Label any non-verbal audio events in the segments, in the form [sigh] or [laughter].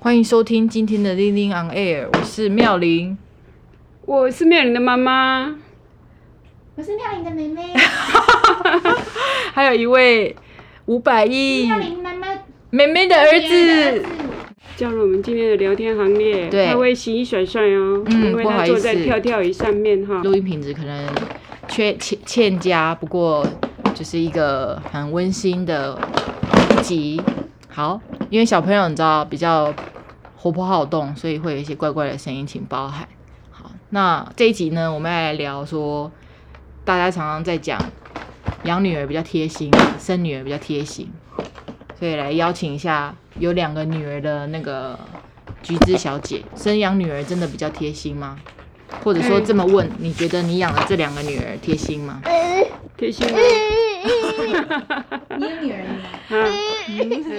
欢迎收听今天的《玲玲 on Air》，我是妙玲。我是妙玲的妈妈，我是妙玲的妹啊妹， [laughs] 还有一位五百亿妙玲妈妈妹妹的儿子，加入我们今天的聊天行列。对他会洗衣甩甩哦，嗯因为不好他意思坐在跳跳椅上面哈。录音品质可能缺欠欠佳，不过就是一个很温馨的一集。好，因为小朋友你知道比较活泼好动，所以会有一些怪怪的声音，请包涵。好，那这一集呢，我们要来聊说，大家常常在讲养女儿比较贴心，生女儿比较贴心，所以来邀请一下有两个女儿的那个橘子小姐，生养女儿真的比较贴心吗？或者说嗯这么问，你觉得你养的这两个女儿贴心吗？贴心吗？你有女儿吗？啊，嗯啊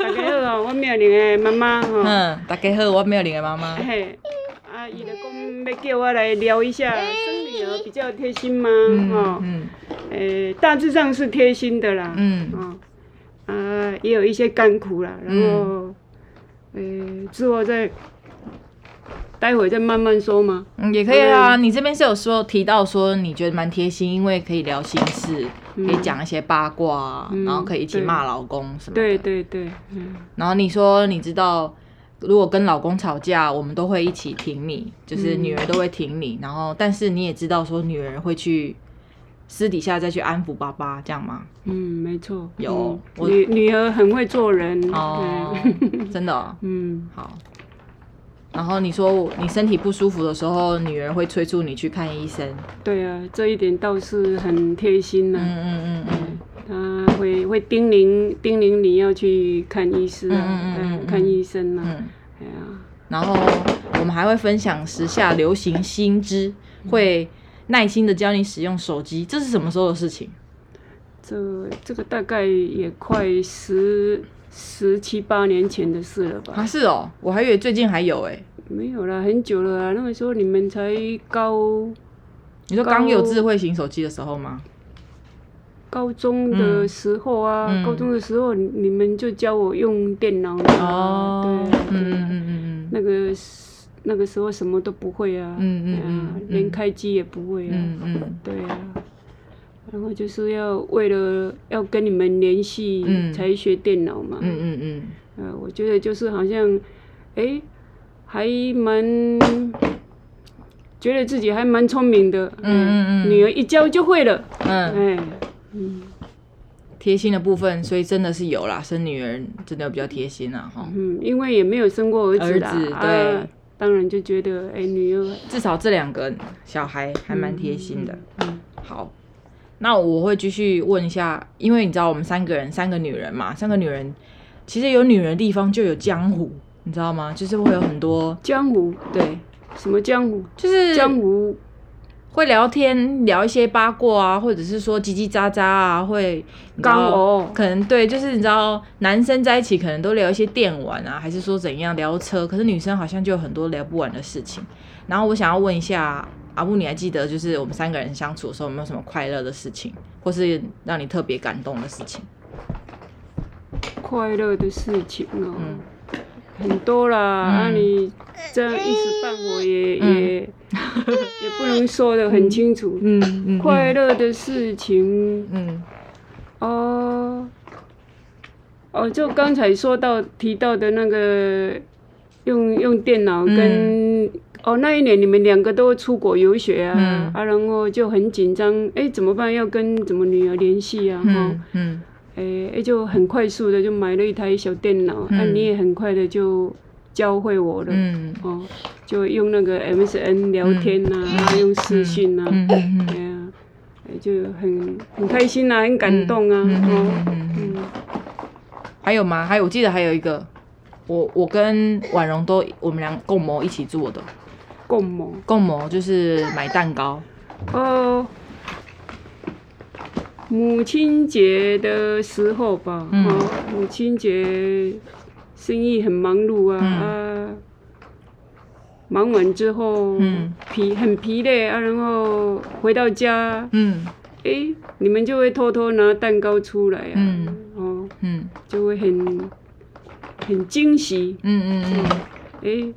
大家好，我妙玲的妈妈哈。嗯，大家好，我妙玲的妈妈。嘿，啊，伊就讲要叫我来聊一下生女儿比较贴心吗？嗯哈，嗯诶，大致上是贴心的啦。嗯啊，啊，也有一些甘苦啦，然后，诶，之后再，待会再慢慢说嘛。嗯，也可以啊。你这边是有说提到说你觉得蛮贴心，因为可以聊心事，可以讲一些八卦啊，嗯然后可以一起骂老公什么的。对对对，嗯。然后你说你知道，如果跟老公吵架，我们都会一起挺你，就是嗯女儿都会挺你。然后，但是你也知道说女儿会去私底下再去安抚爸爸，这样吗？嗯，没错，有嗯我女女儿很会做人哦， [laughs] 真的哦、嗯，好。然后你说你身体不舒服的时候，女儿会催促你去看医生。嗯对啊，这一点倒是很贴心嗯呐、嗯嗯嗯，她会会叮咛叮咛你要去看医师啊，嗯嗯嗯嗯呃看医生呐、嗯。哎呀，然后我们还会分享时下流行新知，会耐心的教你使用手机。这是什么时候的事情？这这个大概也快十十七八年前的事了啊，吧？是哦，我还以为最近还有哎、没有啦，很久了啊，那个时候你们才高你说刚有智慧型手机的时候吗？高中的嗯时候啊，嗯高中的时候你你们就教我用电脑了啊、对啊，嗯对啊嗯嗯嗯嗯那个时那个时候什么都不会啊，嗯嗯哎呀嗯连嗯开机也不会啊，嗯嗯对啊，然后就是要为了要跟你们联系嗯才学电脑嘛，嗯嗯嗯，呃，我觉得就是好像，哎、还蛮觉得自己还蛮聪明的，哎嗯嗯嗯女儿一教就会了，哎、嗯，嗯贴心的部分，所以真的是有啦，生女儿真的比较贴心啦哈。嗯，因为也没有生过儿子啦，儿子对啊，当然就觉得哎、女儿至少这两个小孩还蛮贴心的。嗯好，那我会继续问一下，因为你知道我们三个人，三个女人嘛，三个女人其实有女人的地方就有江湖，你知道吗？就是会有很多江湖对，什么江湖？就是江湖，会聊天，聊一些八卦啊，或者是说叽叽喳喳啊，会你知道干哦可能对，就是你知道男生在一起可能都聊一些电玩啊，还是说怎样聊车，可是女生好像就有很多聊不完的事情。然后我想要问一下阿布，你还记得就是我们三个人相处的时候，有没有什么快乐的事情，或是让你特别感动的事情？快乐的事情哦、嗯很多啦。嗯那、你这样一时半会也、嗯也 [laughs] 也不能说的很清楚。嗯嗯快乐的事情嗯哦哦，就刚才说到提到的那个用用电脑跟、哦，那一年你们两个都出国游学啊、嗯啊，然后就很紧张，哎，怎么办？要跟怎么女儿联系啊？哈、嗯嗯诶、诶就很快速的就买了一台小电脑，那、嗯你也很快的就教会我了，嗯哦，就用那个 MSN 聊天呐、啊，用私讯呐、啊，嗯嗯哎呀、诶就很很开心呐、很感动啊，嗯哦，嗯，嗯，还有吗？还有，我记得还有一个我我跟婉容都我们俩共谋一起做的，共谋共谋就是买蛋糕，哦。母亲节的时候吧，嗯哦，母亲节生意很忙碌嗯啊，啊，忙完之后，嗯疲很疲累啊，然后回到家，嗯诶，你们就会偷偷拿蛋糕出来啊，嗯哦，嗯就会很很惊喜。嗯嗯嗯，诶，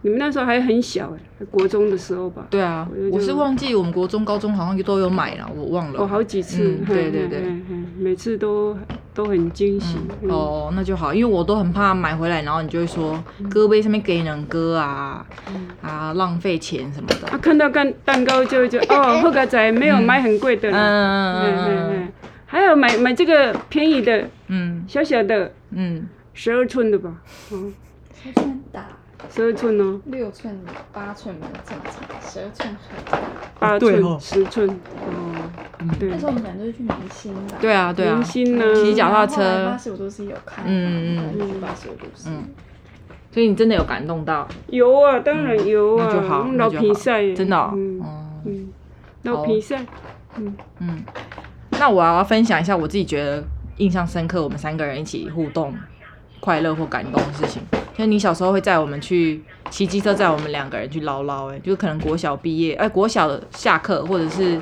你们那时候还很小、诶，国中的时候吧？对啊我就，我是忘记我们国中、高中好像都有买了，我忘了。哦，好几次，嗯嘿对对嘿对嘿嘿每次都都很惊喜。嗯哦，那就好，因为我都很怕买回来，然后你就会说嗯割杯上面给人割啊啊，浪费钱什么啊，的。看到蛋蛋糕就会觉得哦，后个仔没有买很贵的嗯啦，嗯嗯嗯嗯嗯，还有买买这个便宜的嗯小小的嗯十二寸的吧，嗯，十寸大，十二寸哦，六寸、八寸比较正常，十二寸很大。八对寸、哦十寸，哦，嗯对那时候我们俩就是去明星吧，嗯对啊对啊明，星呢？骑脚踏八车，十五度 C 有开，嗯嗯嗯八十五度 C，嗯所以你真的有感动到，有啊，当然有嗯啊，那就好，老那就好比赛耶，真的哦，嗯哦嗯，老比赛，嗯，嗯，那我要分享一下我自己觉得印象深刻，我们三个人一起互动、快乐或感动的事情。就是你小时候会载我们去骑机车，载我们两个人去捞捞，哎，就是可能国小毕业，哎、国小的下课或者是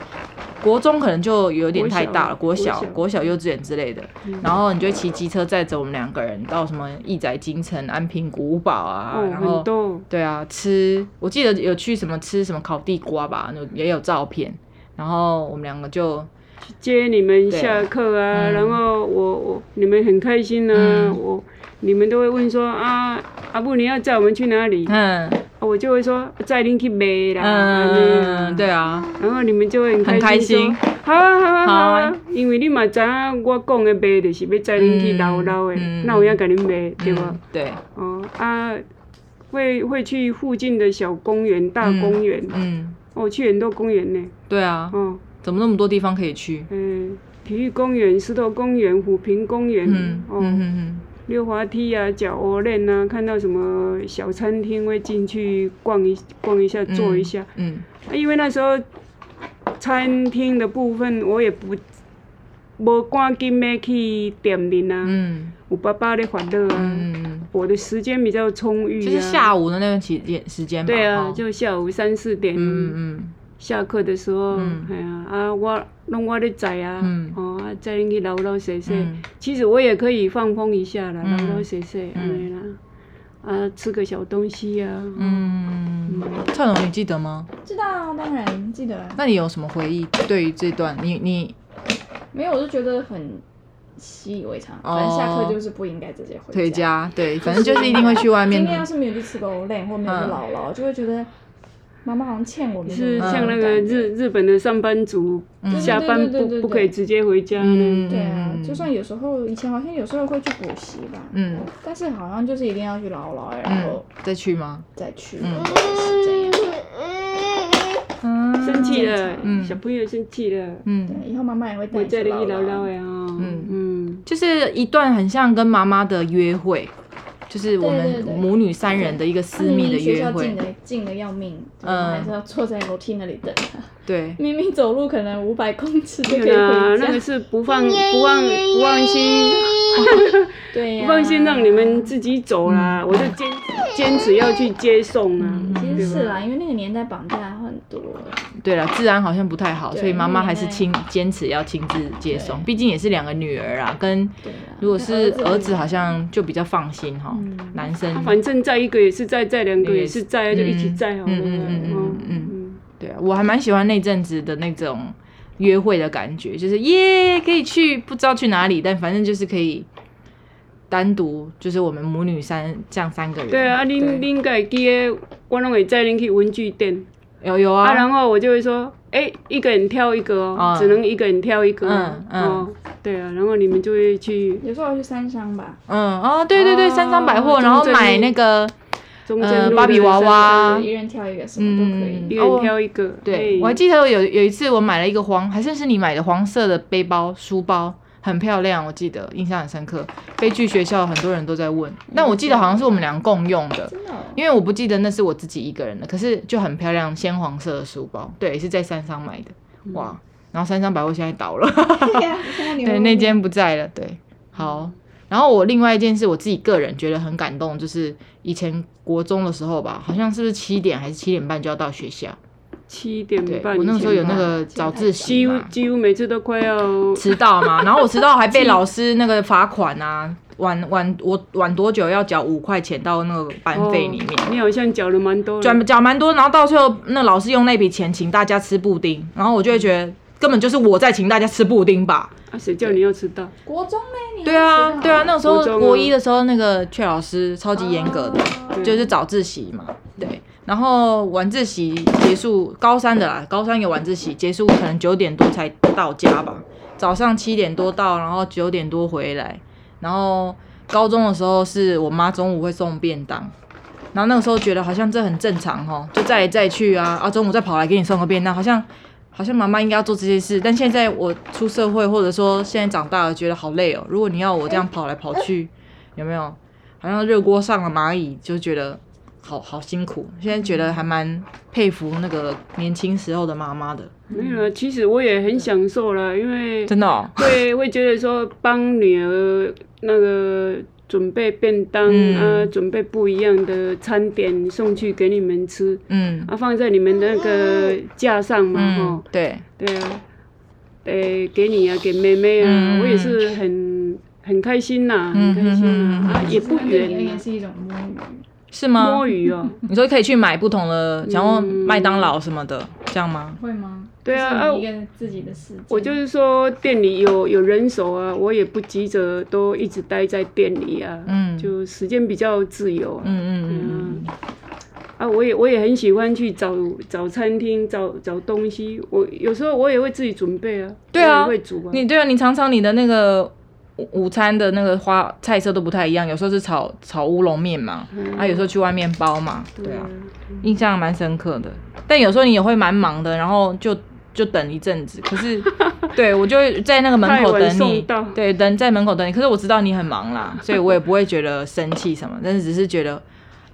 国中可能就有点太大了，国国小、小国小国小幼稚园之类的，嗯然后你就会骑机车载着我们两个人到什么义载金城、安平古堡啊，哦，然后很多，对啊，吃我记得有去什么吃什么烤地瓜吧，那也有照片。然后我们两个就接你们下课啊，对嗯然后我我你们很开心啊，嗯我你们都会问说啊，阿布你要载我们去哪里？嗯啊我就会说载你去买啦，嗯，对啊，啊，然后你们就会很很开开心心说，好啊好啊好好啊，因为你嘛知影我讲的买就是要载你去嗯老老的嗯，那我要给你买对吧？嗯对，哦啊，会会去附近的小公园、大公园，嗯，我、去很多公园呢。对啊，哦，怎么那么多地方可以去？嗯、体育公园、石头公园、虎坪公园，嗯哦，嗯嗯溜滑梯啊、脚窝链啊，看到什么小餐厅会进去逛一逛一下、嗯，坐一下。嗯，啊因为那时候餐厅的部分我也不。无赶紧要去店里啊，嗯有爸爸咧烦恼啊，嗯嗯我的时间比较充裕、嗯，啊，就是下午的那段期间时间吧，对啊哈，就下午三四点嗯嗯下课的时候，嗯哎呀啊，我弄我的仔啊嗯，哦啊，载你去老老谁谁，嗯其实我也可以放风一下啦，嗯老老谁谁，嗯安尼啦，啊，吃个小东西啊，嗯嗯，蔡荣你记得吗？知道啊，当然记得啊。那你有什么回忆？对于这段，你你没有，我就觉觉得很习以为常，哦反正下课就是不应该直接回回。家，对，反正就是一定会去外面嗯今天要是没有去吃个 o l 或没有去姥姥，就会觉得妈妈好像欠我们什么是那种像那感个觉嗯日日本的上班族嗯，下班对对对对不对不可以直接回家呢，对啊，就算有时候以前好像有时候会去补习吧，嗯但是好像就是一定要去姥姥，然嗯后再去吗？再去，嗯或者是怎样？嗯，生气了，嗯小朋友生气了，嗯。对，以后妈妈也会带我你去载你去老姥老姥。的啊，嗯嗯就是一段很像跟妈妈的约会，就是我对们对嗯对母女三人的一个私明密的明学约校近会。的近的要命，嗯嗯，还是要坐在楼梯那里等 [laughs] 他。对，明明走路可能五百公尺就可以对啊，回那家个，是不 [laughs] 放不忘不忘哎心。对呀，不放心让你们自己走啦，我就坚坚持要去接送啊。其实对是吧啦，因为那个年代绑架很多，对了，治安好像不太好，对嗯所以妈妈还是亲坚持要亲自接送，对毕竟也是两个女儿啊。跟对啊如果是跟儿子儿子，好像就比较放心哈嗯，男生啊反正载一个也是载，载两个也是载，嗯就一起载好了。嗯嗯嗯哦嗯嗯对啊，我还蛮喜欢那阵子的那种约会的感觉，就是耶可以去不知道去哪里，但反正就是可以单独，就是我们母女三这样三个人。对啊，啊恁对恁家会记得，我拢会载恁去文具店有有啊，啊，然后我就会说，哎，一个人挑一个哦嗯，只能一个人挑一个哦嗯嗯哦。对啊，然后你们就会去有时候要去三商吧，嗯哦，对对对，哦三商百货，然后中正路买那个中正呃路的芭比娃娃对，一人挑一个，什么都可以啊嗯。一人挑一个。对，哎我还记得有有一次我买了一个黄，还是是你买的黄色的背包书包，很漂亮，我记得印象很深刻。悲剧学校很多人都在问，但我记得好像是我们俩共用的，真的哦，因为我不记得那是我自己一个人的，可是就很漂亮，鲜黄色的书包，对，是在山上买的，嗯哇！然后山上百货现在倒哦了，对呀，现在你对，问那我间不在了，对，好。然后我另外一件事，我自己个人觉得很感动，就是以前国中的时候吧，好像是不是七点还是七点半就要到学校？七点对，半以前吧。啊我那个时候有那个早自习几乎嘛，几乎每次都快要迟到嘛，然后我迟到还被老 [laughs] 师那个罚款啊，晚晚我晚多久要缴五块钱到那个班费里面哦，你好像缴了蛮多的。转缴蛮多，然后到最后那老师用那笔钱请大家吃布丁，然后我就会觉得根本就是我在请大家吃布丁吧。啊，谁叫你要迟到？国中嘞，你对啊，对啊，那个时候国中啊国一的时候，那个阙老师超级严格的，的就是早自习嘛，对。然后晚自习结束，高三的啦，高三有晚自习结束，可能九点多才到家吧，早上七点多到，然后九点多回来。然后高中的时候是我妈中午会送便当，然后那个时候觉得好像这很正常哦，就再来再去啊啊，中午再跑来给你送个便当，好像好像妈妈应该要做这些事，但现在我出社会或者说现在长大了，觉得好累哦。如果你要我这样跑来跑去，有没有？好像热锅上了蚂蚁，就觉得好好辛苦。现在觉得还蛮佩服那个年轻时候的妈妈的，没有啊，其实我也很享受了，因为真的 [laughs] 哦。会会觉得说帮女儿那个准备便当、嗯啊，准备不一样的餐点送去给你们吃，嗯啊，放在你们那个架上嘛，哈、嗯，对，对啊，诶、给你啊，给妹妹啊，嗯我也是很很开心呐、嗯很开心呐、嗯嗯嗯啊，也不对你而远、言啊，是一种摸鱼，是吗？摸鱼哦，你说可以去买不同的，然后麦当劳什么的，嗯这样吗？会吗？对啊就是啊你一个自己的世界，我就是说店里有有人手啊，我也不急着都一直待在店里啊，嗯就时间比较自由啊，嗯嗯嗯嗯啊，我也我也很喜欢去找找餐厅找找东西，我有时候我也会自己准备啊，对啊我也会煮啊，你对啊，你常常你的那个午午餐的那个花菜色都不太一样，有时候是炒炒乌龙面嘛，嗯啊，有时候去外面包嘛，对对啊啊，，印象蛮深刻的。但有时候你也会蛮忙的，然后就就等一阵子，可是对我就会在那个门口太晚等你送到，对，等在门口等你。可是我知道你很忙啦，所以我也不会觉得生气什么，但是只是觉得。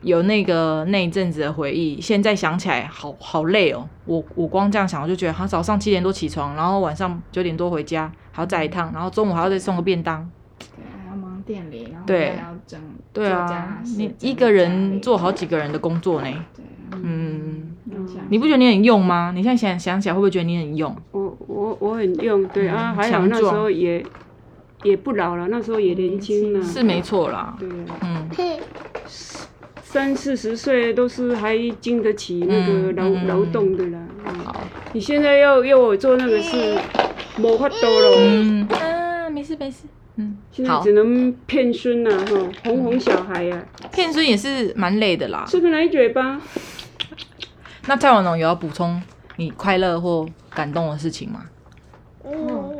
有那个那一阵子的回忆，现在想起来好好累哦。我我光这样想，我就觉得他早上七点多起床，然后晚上九点多回家，还要再一趟，然后中午还要再送个便当。对啊还要忙店里，然后对啊还要整对做家啊，事你整理一个家人里做好几个人的工作呢。对啊，嗯，我想你不觉得你很用吗？你现在想想起来，会不会觉得你很用？我我我很用，对啊，嗯还好那强时壮候也也不老了，那时候也年轻了、是没错啦，对啊，嗯，三四十岁都是还经得起那个嗯劳嗯劳、动的啦。嗯好，你现在要要我做那个事，没法多了，嗯啊，没事没事，嗯，现在好只，能骗孙了哈，哄哄小孩啊呀、骗孙也是蛮累的啦啊，。吃个奶嘴吧。那蔡文龙有要补充你快乐或感动的事情吗？哦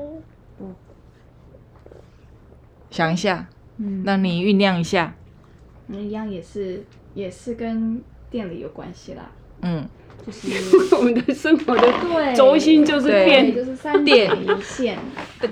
想一下，嗯，让你酝酿一下，那一样也是也是跟店里有关系啦，嗯，就是 [laughs] 我们的生活的对轴心就是对对，电，就是三店点一线，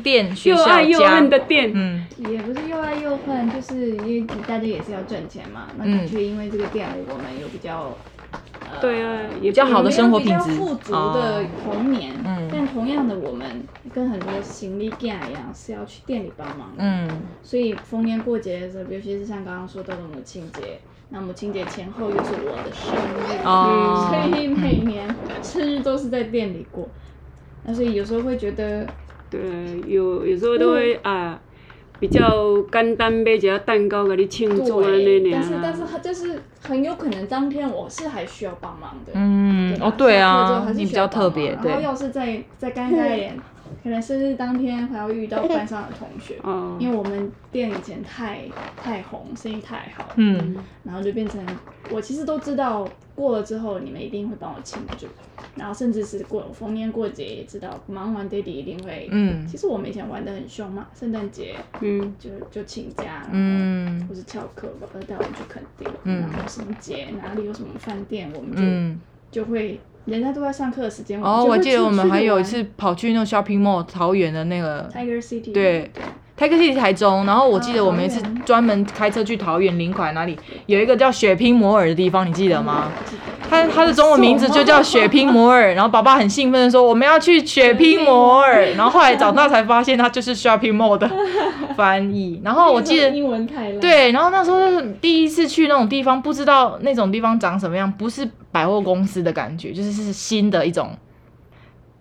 店学又校爱又家恨，的电。嗯也不是又爱又恨，就是因为大家也是要挣钱嘛，那嗯的确因为这个店我们有比较。呃对啊，也比较好的生活品质哦我们有比较富足的童年，嗯但同样的，我们跟很多行李店一样，是要去店里帮忙的。嗯所以逢年过节的时候，尤其是像刚刚说到的母亲节，那母亲节前后又是我的生日，哦所以每年生日都是在店里过。那所以有时候会觉得，对，有有时候都嗯会啊，比较简单买一个蛋糕给你庆祝啊安对，尼但是尔但是啦。他就是很有可能当天我是还需要帮忙的。嗯，哦对啊，你比较特别，然后对，要是再再尴尬一点，可能生日当天还要遇到班上的同 [laughs] 学，哦，因为我们店以前太太红，生意太好，嗯然后就变成我其实都知道过了之后你们一定会帮我庆祝，然后甚至是过逢年过节也知道忙完爹地一定会。嗯其实我们以前玩的很凶嘛，圣诞节嗯，就就请假，嗯或是翘课，爸爸带我们去垦丁，嗯然后什么节哪里有什么饭店，我们就、嗯就会人家都在上课的时间，哦，就我会记得出我们去还有一玩次跑去那个 shopping mall 桃园的那个， Tiger City，对，台客是台中，然后我记得我们是嗯桃园专门开车去桃园林款哪里有一个叫血拼摩尔的地方，你记得吗？它它的嗯中文名字就叫血拼摩尔，然后爸爸很兴奋的说我们要去血拼摩 [laughs] 尔，然后后来长大才发现它就是 shopping mall 的翻译，然哦后我记得。英文太烂，，对，然后那时候就是第一次去那种地方，不知道那种地方长什么样，不是百货公司的感觉，就是是新的一种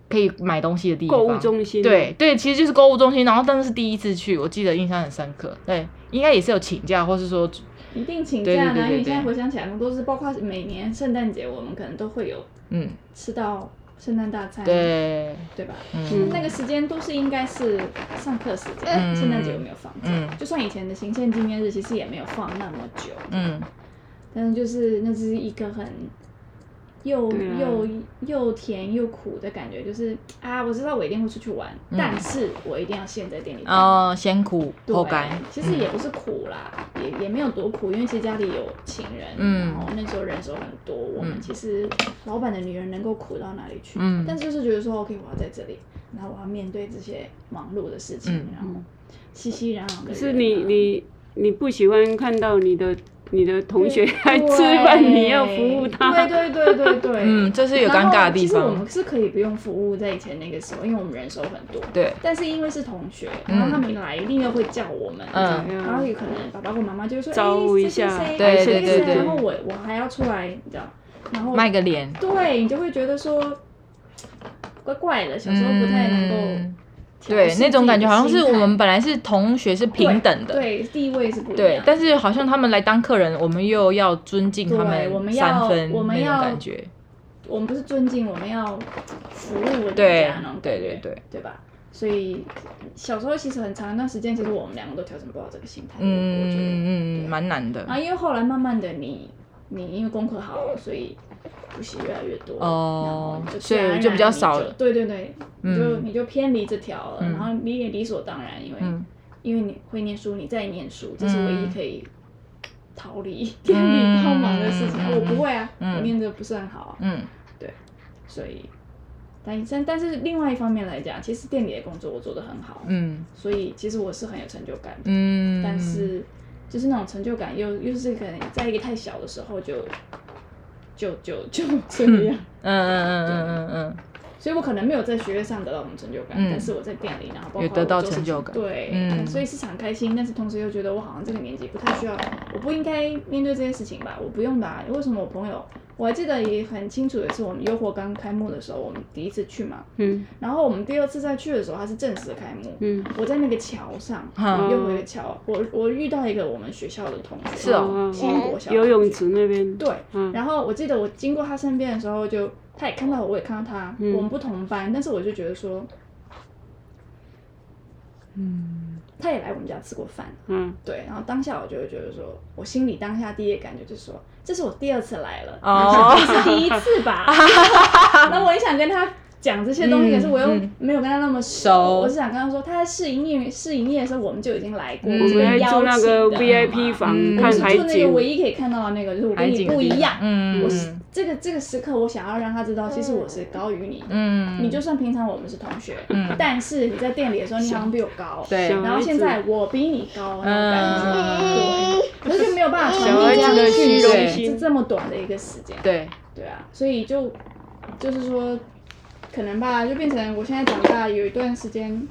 可以买东西的地方。购物中心，对对，其实就是购物中心，然后但是是第一次去，我记得印象很深刻。对，应该也是有请假，或是说一定请对对假对呢。对因为现在对回想起来，我们都是包括每年圣诞节，我们可能都会有嗯，吃到圣诞大餐，对，对吧？嗯那个时间都是应该是上课时嗯间，圣诞节有没有放假？嗯就算以前的行宪纪念日，其实也没有放那么久，嗯但是就是那是一个很又、对啊又又甜又苦的感觉，就是啊，我知道我一定会出去玩，嗯但是我一定要现在店里干哦，先苦对后甘，其实也不是苦啦，嗯也也没有多苦，因为其实家里有情人，嗯然后那时候人手很多，嗯我们其实老板的女人能够苦到哪里去？嗯但是就是觉得说，OK，我要在这里，然后我要面对这些忙碌的事情，嗯然后熙熙攘攘的人啊。可是你你你不喜欢看到你的你的同学对来吃饭，你要服务他，对对对 [laughs] 对对，嗯，这是有尴尬的地然后其实我方们，是可以不用服务在以前那个时候，因为我们人手很多。对，但是因为是同学，嗯然后他们来一定又会叫我们，嗯然后有可能爸爸或妈妈就会说招呼哎一下谁谁谁对谁谁对对谁对然后我我还要出来，你知道，然后卖个脸，对你就会觉得说怪怪的，小时候不太能够嗯对那种感觉，好像是我们把本来是同学是平等的，对地位是不一对样，，但是好像他们来当客人，我们又要尊敬他对我们们三要分我们那种要感觉，我们不是尊敬，我们要服务人对家那种感觉，对对对，对吧？所以小时候其实很长一段时间，其实我们两个都调整不了这个心态，我我觉得。嗯嗯嗯，对蛮难的啊，因为后来慢慢的你，你因为功课好，所以补习越来越多，哦然后就所以自然而然就比较少你就了对对对，你就嗯你就偏离这条了，嗯然后你也理所当然，因为、嗯因为你会念书，你再念书，这是唯一嗯可以逃离天理帮忙的事嗯情。嗯嗯我不会啊，嗯我念的不是很好啊，嗯所以。但但但是另外一方面来讲，其实店里的工作我做得很好，嗯所以其实我是很有成就感的。嗯，但是就是那种成就感又又是可能在一个太小的时候就就就 [laughs] 就这样，嗯嗯嗯嗯嗯嗯。所以我可能没有在学业上得到什么成就感，嗯但是我在店里，然后包括有得到我做事成就情感对，嗯所以是很开心，但是同时又觉得我好像这个年纪不太需要，我不应该面对这些事情吧，我不用吧？为什么我朋友？我还记得也很清楚，有一次我们诱惑刚开幕的时候，我们第一次去嘛，嗯然后我们第二次再去的时候，它是正式的开幕，嗯，我在那个桥上，嗯又回桥，我我遇到一个我们学校的同学，是哦新国小游泳池那边，对，嗯然后我记得我经过他身边的时候就，他也看到我，我也看到他，嗯我们不同班，但是我就觉得说，嗯他也来我们家吃过饭，嗯，对，然后当下我就会觉得说，我心里当下第一个感觉就是说，这是我第二次来了，哦这是第一 [laughs] 次吧，那我也想跟他。讲这些东西，嗯可是我又嗯没有跟他那么熟，熟我是想跟他说，他在试营业试营业的时候，我们就已经来过，嗯我我是们被还邀住那个请的 VIP 房嗯我看是海住那个景，唯一可以看到的那个，就是我海跟你景的不地一方样。嗯，我是这个这个时刻，我想要让他知道，其实我是高于你的。嗯，你就算平常我们是同学，嗯但是你在店里的时候，你好像比我高。对小然后孩现子在我比你高，那种感觉，嗯对，可是就没有办法传小递孩这样子的讯虚荣息，心是这么短的一个时间，对，对啊，所以就就是说，可能吧，就变成我现在长大有一段时间，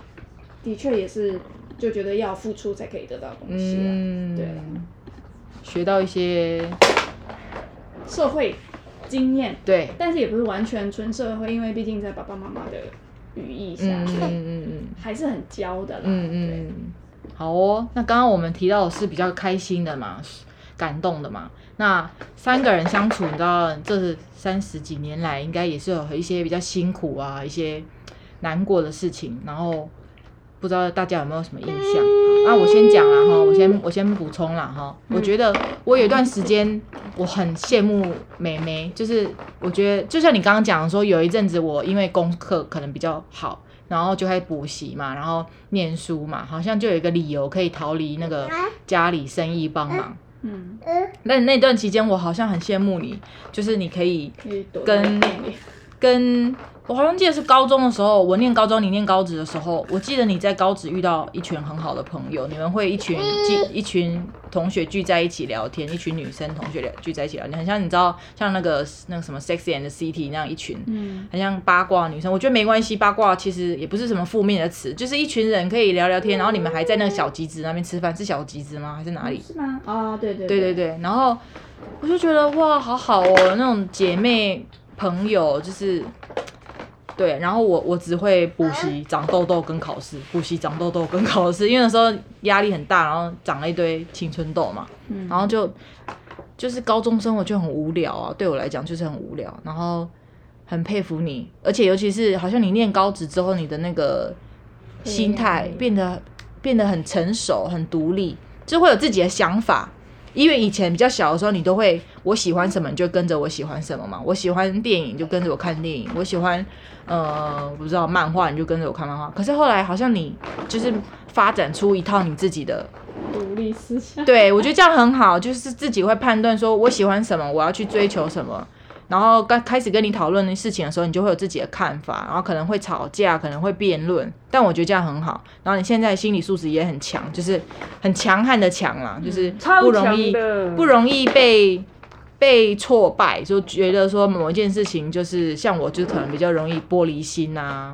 的确也是就觉得要付出才可以得到东西啊，嗯，对啊，学到一些社会经验对，但是也不是完全纯社会，因为毕竟在爸爸妈妈的羽翼下，嗯嗯所以嗯嗯还是很教的啦。嗯对，嗯嗯，好哦。那刚刚我们提到的是比较开心的嘛，感动的嘛。那三个人相处，你知道这三十几年来，应该也是有一些比较辛苦啊，一些难过的事情，然后。不知道大家有没有什么印象？嗯啊，我先讲啦哈，我先我先补充啦哈。我觉得我有一段时间我很羡慕美眉，就是我觉得就像你刚刚讲的说，有一阵子我因为功课可能比较好，然后就开始补习嘛，然后念书嘛，好像就有一个理由可以逃离那个家里生意帮忙。嗯，那那段期间，我好像很羡慕你，就是你可以嗯可以躲在跟店里跟我好像记得是高中的时候，我念高中，你念高职的时候，我记得你在高职遇到一群很好的朋友，你们会一群聚一群同学聚在一起聊天，一群女生同学聊聚在一起聊天，很像你知道像那个那个什么 Sex and the City 那样一群， [laughs] 嗯，很像八卦女生，我觉得没关系，八卦其实也不是什么负面的词，就是一群人可以聊聊天，然后你们还在那个小集子那边吃饭，是小集子吗？还是哪里？是吗？啊，对对对对对，对，然后我就觉得哇，好好哦，那种姐妹朋友就是。对，然后我我只会补习长痘痘跟考试，补习长痘痘跟考试，因为那时候压力很大，然后长了一堆青春痘嘛，嗯然后就就是高中生活就很无聊啊，对我来讲就是很无聊。然后很佩服你，而且尤其是好像你念高职之后，你的那个心态培养力变得变得很成熟、很独立，就会有自己的想法。因为以前比较小的时候，你都会我喜欢什么你就跟着我喜欢什么嘛。我喜欢电影就跟着我看电影，我喜欢呃不知道漫画你就跟着我看漫画。可是后来好像你就是发展出一套你自己的独立思 [laughs] 想，对，我觉得这样很好，就是自己会判断说我喜欢什么，我要去追求什么。然后刚开始跟你讨论的事情的时候，你就会有自己的看法，然后可能会吵架，可能会辩论，但我觉得这样很好。然后你现在心理素质也很强，就是很强悍的强啦，就是嗯超不容强易的，不容易被被挫败，就觉得说某一件事情就是像我，就可能比较容易玻璃心啊，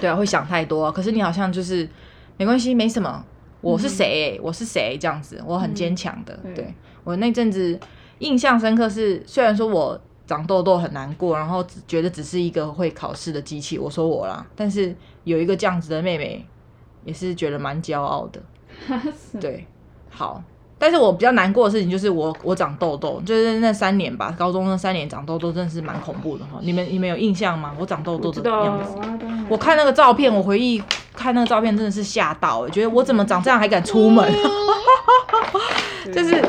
对啊，会想太多啊、可是你好像就是没关系，没什么，我是谁欸、我是谁这样子，我很坚强的。嗯对我那阵子印象深刻是，虽然说我长痘痘很难过，然后只觉得只是一个会考试的机器，我说我啦，但是有一个这样子的妹妹，也是觉得蛮骄傲的。是，对，好。但是我比较难过的事情就是我我长痘痘，就是那三年吧，高中那三年长痘痘真的是蛮恐怖的哈。你们你们有印象吗？我长痘痘我知的道样有子，啊，当然，我看那个照片，我回忆看那个照片真的是吓到、欸，觉得我怎么长这样还敢出门？嗯对就是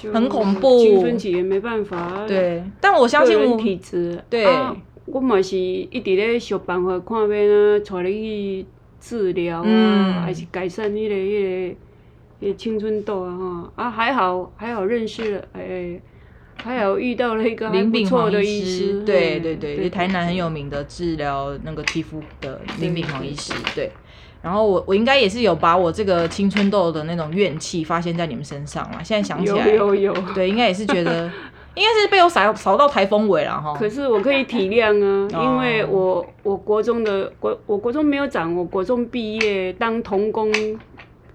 就很恐怖青春期也没办 [laughs] 法，，啊对，但我相信我，体质，对啊我嘛是一直咧想办法看要哪带你去治疗啊，嗯还是改善迄、个迄、个迄、个青春痘啊吼，啊还好还好认识了，哎、还好遇到了一个还林不炳错煌的医师，对哎对对，也台南很有名的治疗那个皮肤的林炳煌医师，对。然后我我应该也是有把我这个青春痘的那种怨气发泄在你们身上嘛，现在想起有来，有有，对，应该也是觉得，应该是被我扫扫到台风尾了哈。可是我可以体谅 [laughs] 啊，哦因为我我国中的国我国中没有长，我国中毕业当童工，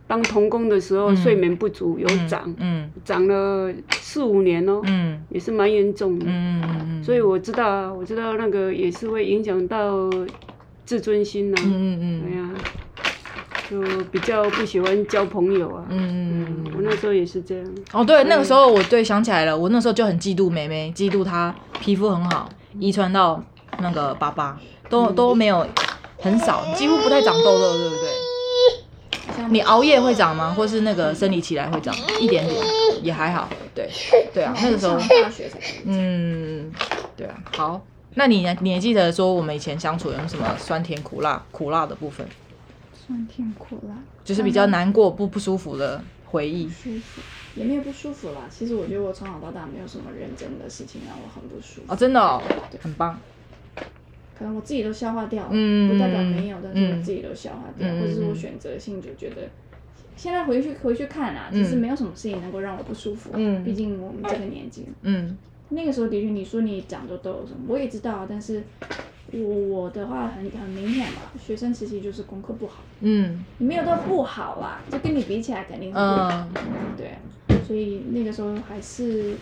当童工的时候、嗯睡眠不足有嗯长，嗯长了四五年哦，嗯也是蛮严重嗯的。嗯嗯，所以我知道啊，我知道那个也是会影响到自尊心呐、嗯嗯哎嗯呀、就比较不喜欢交朋友啊。嗯嗯我那时候也是这样。哦，对，嗯那个时候我对想起来了，我那时候就很嫉妒妹妹，嫉妒她皮肤很好，遗传到那个爸爸，嗯都都没有很少，几乎不太长痘痘，对不对？像你啊熬夜会长吗？或是那个生理期来会长一点点，也还好。对对啊，那个时候上大学才开始嗯，对啊，好，那你呢？你还记得说我们以前相处有什么酸甜苦辣、苦辣的部分，酸甜苦辣，就是比较难过、不不舒服的回忆不？舒服，也没有不舒服啦。其实我觉得我从小到大没有什么认真的事情让我很不舒服，哦，真的哦，很棒。可能我自己都消化掉了，嗯不代表没有，但是嗯我自己都消化掉，嗯或者是我选择性就觉得。现在回去回去看啊，嗯其实没有什么事情能够让我不舒服。啊嗯毕竟我们这个年纪，嗯那个时候的确你说你长痘痘什么，我也知道，啊但是我我的话很很明显嘛，学生时期就是功课不好，嗯你没有到不好啦，就跟你比起来肯定是不好。嗯对，所以那个时候还是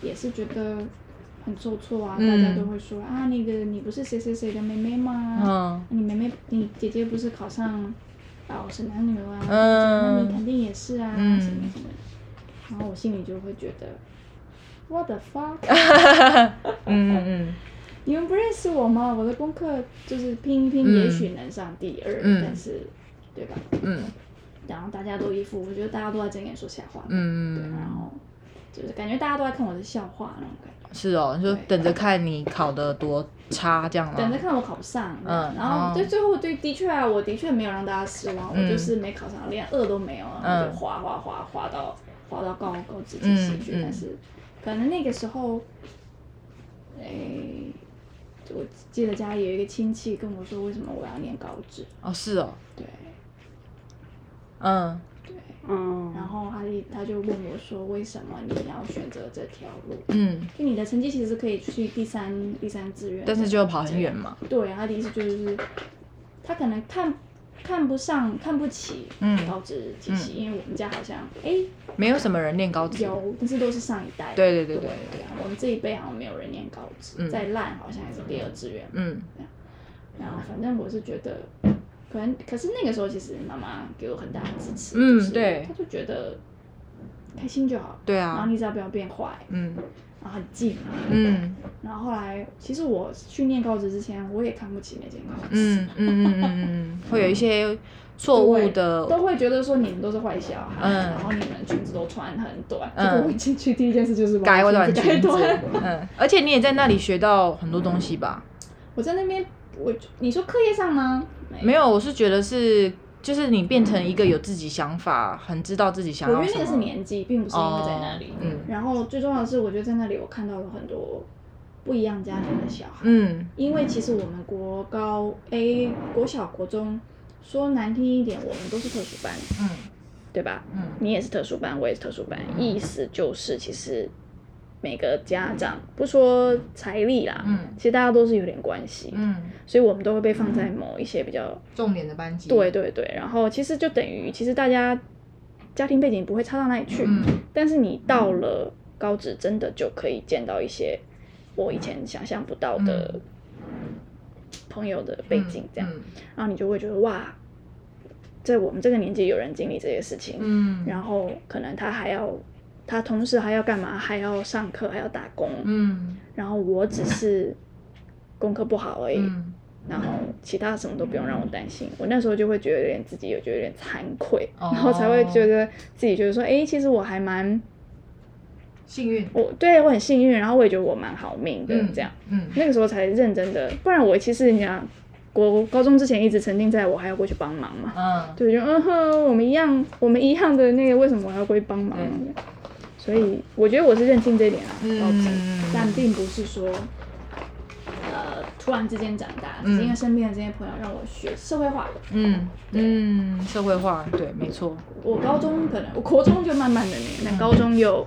也是觉得很受挫啊，嗯大家都会说啊，那个你不是谁谁谁的妹妹吗？啊嗯你妹妹，你姐姐不是考上老师男女啊？那嗯你肯定也是啊，嗯什么什么的。然后我心里就会觉得，what the fuck？ [laughs] 嗯嗯你们不认识我吗？我的功课就是拼一拼，嗯也许能上第二，嗯但是，对吧？嗯然后大家都一副，我觉得大家都在睁眼说瞎话。对，然嗯，后就是感觉大家都在看我的笑话那种感觉，是哦，你就等着看你考的多差这样等着吗？看我考不上。嗯然后对，哦最后对，的确啊，我的确没有让大家失望，嗯我就是没考上，连二都没有，然后嗯就滑滑滑滑到滑到高高职进系去，嗯嗯但是可能那个时候，诶、哎我记得家里有一个亲戚跟我说，为什么我要念高职？哦，是哦，对嗯，对，哦，然后他就他就问我说，为什么你要选择这条路？嗯，就你的成绩其实可以去第三第三志愿，但是就要跑很远嘛，对，他的意思就是，他可能看看不上、看不起嗯高职体系，因为我们家好像哎没有什么人念高职，有，但是都是上一代。对对对对对啊我们这一辈好像没有人念高职，嗯再烂好像也是第二志愿。嗯然后反正我是觉得，可能可是那个时候其实妈妈给我很大的支持，嗯就是对她就觉得开心就好，对然后啊，你只要不要变坏，嗯然后很近。嗯然后后来，其实我去念高职之前，我也看不起那间高职。嗯嗯嗯嗯嗯，会有一些错误的，都会觉得说你们都是坏小孩，嗯然后你们裙子都穿很短。嗯结果我一进去第一件事就是把改我短裙裙改子短。，嗯，而且你也在那里学到很多东西吧？我在那边，我你说课业上吗？没有，我是觉得是，就是你变成一个有自己想法，很知道自己想我要因为什那么。个是年纪，并不是因为在那里哦。嗯然后最重要的是，我觉得在那里我看到了很多不一样家庭的小孩。嗯因为其实我们国高 A 国小国中，说难听一点，我们都是特殊班，嗯对吧？嗯你也是特殊班，我也是特殊班，意思就是其实每个家长不说财力啦，嗯其实大家都是有点关系，嗯，所以我们都会被放在某一些比较，重点的班级。对，对对，然后其实就等于其实大家家庭背景不会差到哪里去，嗯但是你到了高职，真的就可以见到一些我以前想象不到的嗯朋友的背景，这样，嗯然后你就会觉得哇，在我们这个年纪有人经历这些事情，嗯，然后可能他还要，他同时还要干嘛？还要上课，还要打工。嗯然后我只是功课不好而已，嗯然后其他什么都不用让我担心。我那时候就会觉得有点自己有觉得有点惭愧，哦然后才会觉得自己觉得说，哎，其实我还蛮幸运。我对我很幸运，然后我也觉得我蛮好命的、嗯这样。嗯那个时候才认真的，不然我其实你讲，我高中之前一直沉浸在我还要过去帮忙嘛，嗯，对，就嗯哼，我们一样，我们一样的那个，为什么我要归帮忙对？所以我觉得我是认清这一点啊，嗯高职但并不是说，呃，突然之间长大，只是因为身边的这些朋友让我学社会化。嗯嗯，社会化，对，没错。我高中可能，我国中就慢慢的那个，但高中又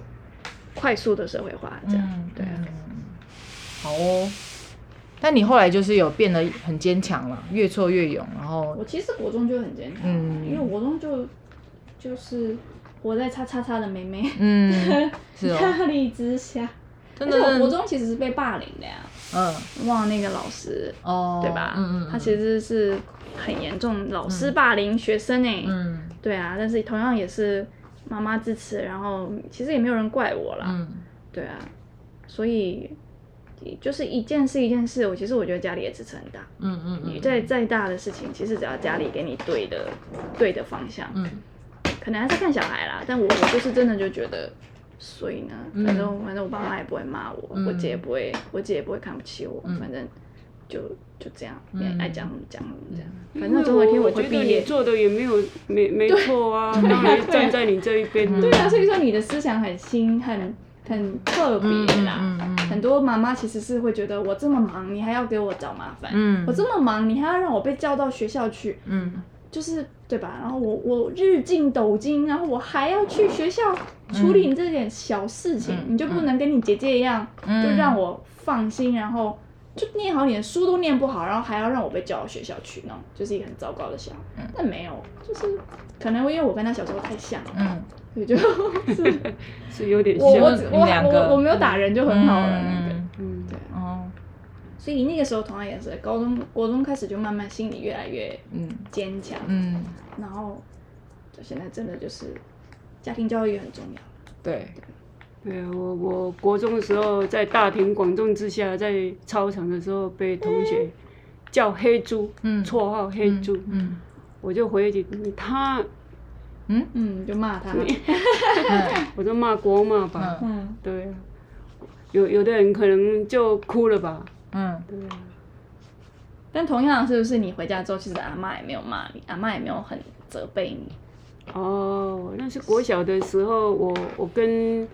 快速的社会化，这样、嗯，对啊。嗯好哦。但你后来就是有变得很坚强了，越挫越勇，然后我其实国中就很坚强啊，嗯因为国中就就是活在叉叉叉的妹妹、嗯，是哦， [laughs] 压力之下。真而且我的国是，中其实是被霸凌的呀，嗯哇，那个老师，哦，对吧？嗯嗯，他嗯其实是很严重，老师霸凌学生哎、嗯对啊，但是同样也是妈妈支持，然后其实也没有人怪我啦，嗯对啊，所以就是一件事一件事，我其实我觉得家里也支持很大，嗯嗯你嗯，再再大的事情，其实只要家里给你对的对的方向，嗯可能还是看小孩啦，但我我就是真的就觉得。所以呢，嗯反正、反正我爸妈也不会骂我，嗯我姐也不会，我姐也不会看不起我，嗯反正就就这样，嗯也爱讲什么讲什么这样。因反为正总有一天我会觉得毕你业。做的也没有没没错啊，当然站在你这一边的。对啊，所以说你的思想很新，很很特别啦。嗯嗯嗯很多妈妈其实是会觉得，我这么忙，你还要给我找麻烦；嗯我这么忙，你还要让我被叫到学校去，嗯就是对吧？然后我我日进斗金，然后我还要去学校处理你这点小事情，嗯你就不能跟你姐姐一样，嗯就让我放心，然后就念好你的书都念不好，然后还要让我被叫到学校去弄，就是一个很糟糕的小孩。嗯但没有，就是可能因为我跟他小时候太像了，嗯，[laughs] 所以就是 [laughs] 是有点我我只你我们两个我我没有打人就很好了那个。嗯嗯对啊，哦所以那个时候同样也是，高中国中开始就慢慢心理越来越嗯坚强，嗯，然后就现在真的就是家庭教育也很重要。对，对啊，我我国中的时候在大庭广众之下，在操场的时候被同学叫黑猪，嗯绰号黑猪，嗯我就回去他，嗯嗯，就骂他。嗯我就骂国骂吧，嗯 [laughs] 嗯，对啊，有有的人可能就哭了吧，嗯，对啊，但同样是不是你回家之后，其实阿妈也没有骂你，阿妈也没有很责备你。哦，那是国小的时候，我我跟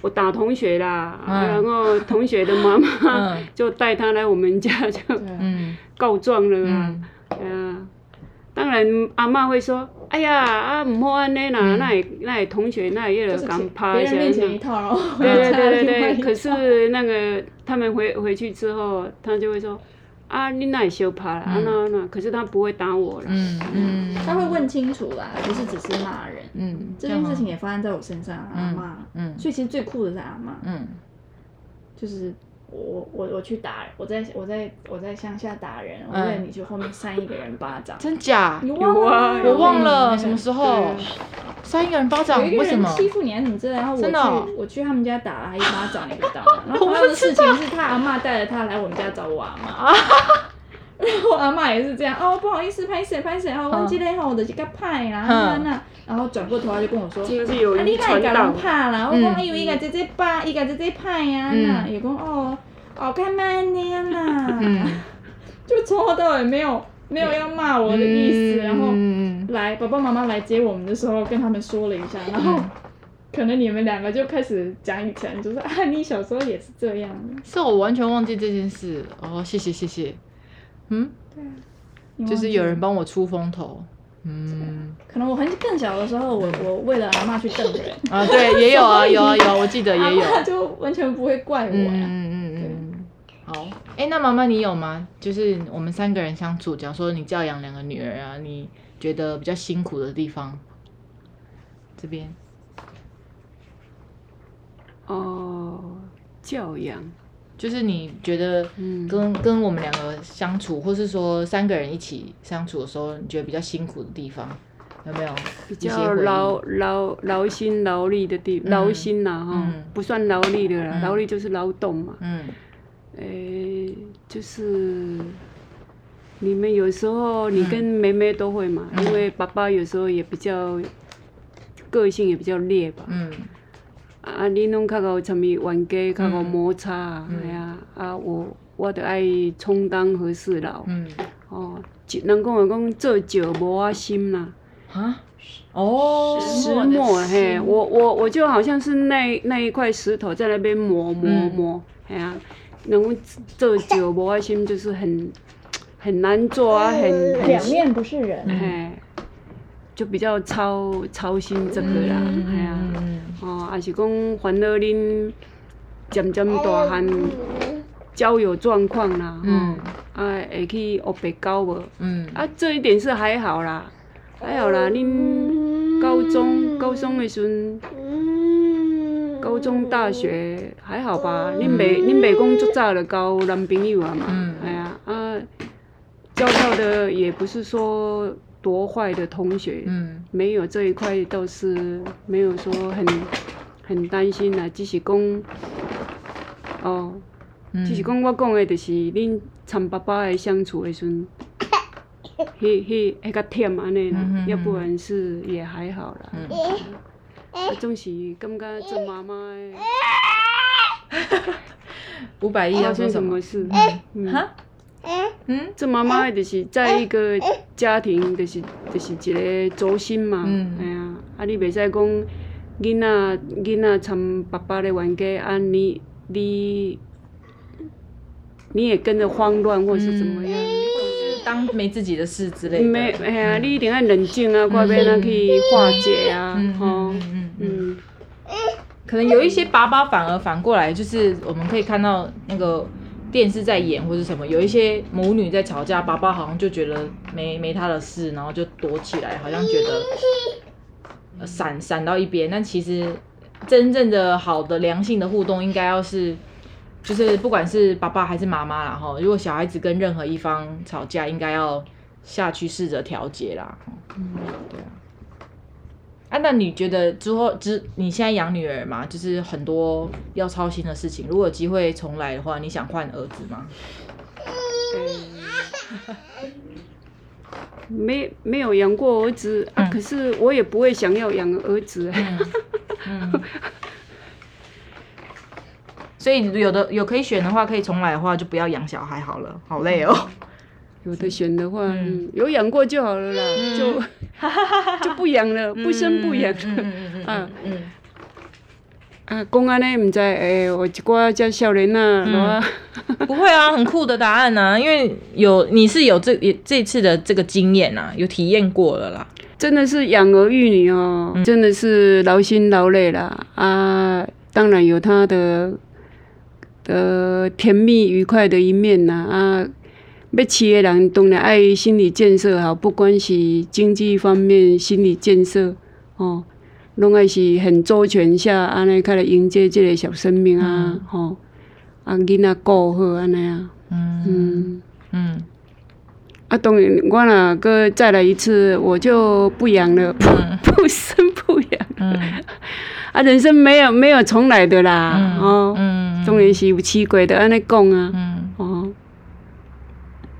我打同学啦，嗯然后同学的妈妈嗯就带他来我们家就对，嗯告状了啊，嗯嗯。当然，阿嬷会说：“哎呀，啊，唔好安尼啦，嗯那也那也同学，那也就有是敢前拍别一人下。”面前一套，然后回对对家对另外对一对，可套是那个他们回回去之后，他就会说啊，你那也羞怕了，啊嗯那那，可是他不会打我了。嗯嗯，他会问清楚啦，不是只是骂人。嗯这件事情，样也发生在我身上啊，阿嗯妈。嗯所以其实最酷的是阿妈，嗯就是我我我去打，我在我在我在乡下打人，我嗯为了你去后面扇一个人巴掌。真假？你忘了吗？有啊我忘了什么候。时候扇一个人巴掌，有一个为什人么？欺负你还是什么之类的，然后我真的哦去我去他们家打了他一巴掌，你不知 [laughs] 道吗？然后还有的事情是他阿嬷带着他来我们家找我阿妈， [laughs] [laughs] 然后我阿嬷也是这样哦，不好意思，拍谁拍谁嗯哦，忘记嘞吼，我就去甲派啦，那那，然后转过头来就跟我说，真啊的是有你遗哪会传甲到人。拍啦？我嗯讲哎呦，伊甲姐姐拍，伊甲姐姐拍啊，那也讲哦，哦，干嘛尼啊啦？嗯， [laughs] 就从头到尾没有没有要骂我的意思，然后。嗯来爸爸妈妈来接我们的时候，跟他们说了一下，然后嗯可能你们两个就开始讲以前，就是啊，你小时候也是这样的，是我完全忘记这件事哦，谢谢谢谢，嗯，你忘记就了是有人，帮我出风头，嗯可能我很更小的时候，我我为了阿妈去瞪人，啊，对，也有啊有啊有啊，我记得阿也有，妈就完全不会怪我啊嗯呀、嗯嗯嗯，好，哎，那妈妈你有吗？就是我们三个人相处，讲说你教养两个女儿啊，你觉得比较辛苦的地方，这边，哦，教养，就是你觉得嗯跟跟我们两个相处，或是说三个人一起相处的时候，你觉得比较辛苦的地方有没有？比一些较回忆劳劳劳心劳力的地，嗯劳心啦哈嗯，不算劳力的啦嗯，劳力就是劳动嘛。嗯诶，就是你们有时候你跟妹妹都会嘛，嗯因为爸爸有时候也比较个性也比较烈吧。嗯啊，你拢较贤参与冤家，较贤嗯摩擦啊，嗯系啊，啊我我着爱充当和事佬，嗯哦，一人讲话讲做酒无我心啦，啊哦，石石磨的磨嘿，心我我我就好像是那那一块石头在那边磨磨嗯磨，系啊，人讲做酒无我心就是很很难做嗯啊，很很两面不是人，嘿，就比较操操心这个啦，系啊。嗯哦，也是讲烦恼恁渐渐大汉交友状况啦，哦吼、嗯啊会去学白交无？嗯啊，这一点是还好啦，还好啦，恁高中高中的时阵，高中大学还好吧？恁袂恁袂讲足早就交男朋友啊嘛？嗯哎呀啊，交到的也不是说多坏的同学，嗯没有这一块倒是没有说很很担心啊啦，只是讲，哦，嗯，只是讲我讲的，就是恁参爸爸的相处的时 [coughs] 阵，迄迄迄较忝安尼啦，嗯哼要不然是也还好啦。嗯啊总是感觉做妈妈的五百亿发要说生啊什啊么什哎么？事，嗯哈？嗯做妈妈的就是在一个家庭，就是就是一个轴心嘛，嗯哎呀，啊你袂使讲囡仔囡仔参爸爸的冤家，啊你你你也跟着慌乱或是怎么嗯样，当没自己的事之类的，嗯没哎呀，你一定要冷静啊，看要怎去化解啊嗯，吼嗯，嗯嗯。嗯，可能有一些爸爸反而反过来，就是我们可以看到那个电视在演或者什么，有一些母女在吵架，爸爸好像就觉得没没他的事，然后就躲起来，好像觉得呃闪闪到一边。但其实真正的好的良性的互动，应该要是就是不管是爸爸还是妈妈啦，哈，如果小孩子跟任何一方吵架，应该要下去试着调节啦。吼对啊。啊，那你觉得之后之你现在养女儿嘛，就是很多要操心的事情。如果有机会重来的话，你想换儿子吗？哎没没有养过儿子啊，嗯可是我也不会想要养儿子。啊嗯，所以有的有可以选的话，可以重来的话，就不要养小孩好了，好累哦。有的选的话，嗯嗯有养过就好了啦， [laughs] 就嗯 [laughs] 就不养了，不生不养。嗯嗯嗯嗯嗯嗯嗯啊，讲安尼毋知，诶、有一寡遮少年啊，嗯落啊，不会啊，很酷的答案啊，因为有你是有这这次的这个经验啊，有体验过了啦。真的是养儿育女哦，真的是劳心劳累啦。啊，当然有他的呃甜蜜愉快的一面啦。啊，要饲的人当然爱心理建设好，不管是经济方面心理建设哦，拢爱是很周全下安尼，才来迎接这个小生命啊，吼、啊，囡仔顾好安尼啊，嗯嗯嗯啊，当然，我若搁再来一次，我就不养了，不不生不养。嗯啊，人生没有没有重来的啦，嗯哦，嗯当然是有试过的，安尼讲啊，嗯，哦，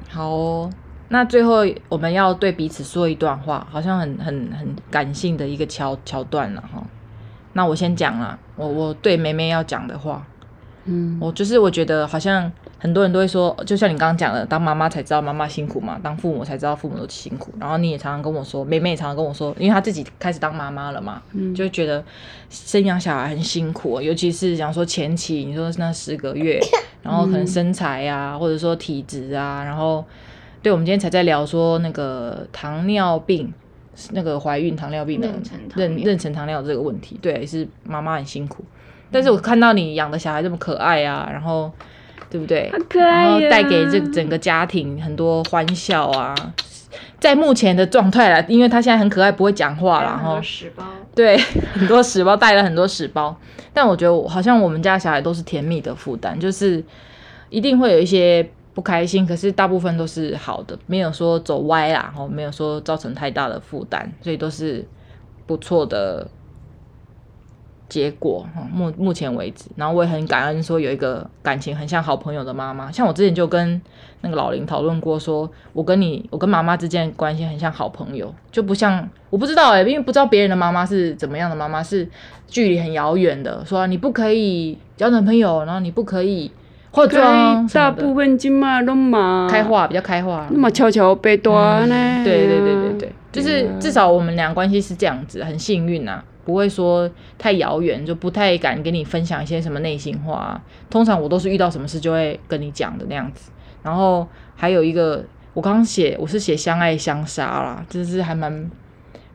好哦。那最后我们要对彼此说一段话，好像很很很感性的一个桥桥段了哈。那我先讲啦，我我对梅梅要讲的话，嗯，我就是我觉得好像很多人都会说，就像你刚刚讲的，当妈妈才知道妈妈辛苦嘛，当父母才知道父母的辛苦。然后你也常常跟我说，妹妹也常常跟我说，因为她自己开始当妈妈了嘛，嗯就觉得生养小孩很辛苦，哦尤其是讲说前期，你说那十个月，然后可能身材啊，或者说体质啊，然后对我们今天才在聊说那个糖尿病，那个怀孕糖尿病的妊娠糖妊尿妊娠糖尿这个问题，对，也是妈妈很辛苦。但是我看到你养的小孩这么可爱啊，然后对不对？好可爱啊然后呀带给这整个家庭很多欢笑啊。在目前的状态啦，因为他现在很可爱，不会讲话啦，然后屎包，对， [laughs] 很多屎包带了很多屎包，但我觉得我好像我们家小孩都是甜蜜的负担，就是一定会有一些不开心，可是大部分都是好的，没有说走歪啦，哦，没有说造成太大的负担，所以都是不错的结果。哦目目前为止，然后我也很感恩，说有一个感情很像好朋友的妈妈，像我之前就跟那个老林讨论过说，我跟你，我跟妈妈之间的关系很像好朋友，就不像我不知道哎、因为不知道别人的妈妈是怎么样的妈妈，是距离很遥远的，说啊你不可以交男朋友，然后你不可以化妆该什大么的，部分今啊嘛拢嘛开，化比较开化，那么悄悄被大呢，嗯对对对对对，就是嗯至少我们俩关系是这样子，很幸运啊，不会说太遥远，就不太敢跟你分享一些什么内心话啊、通常我都是遇到什么事就会跟你讲的那样子。然后还有一个，我刚刚写我是写相爱相杀啦，就是还蛮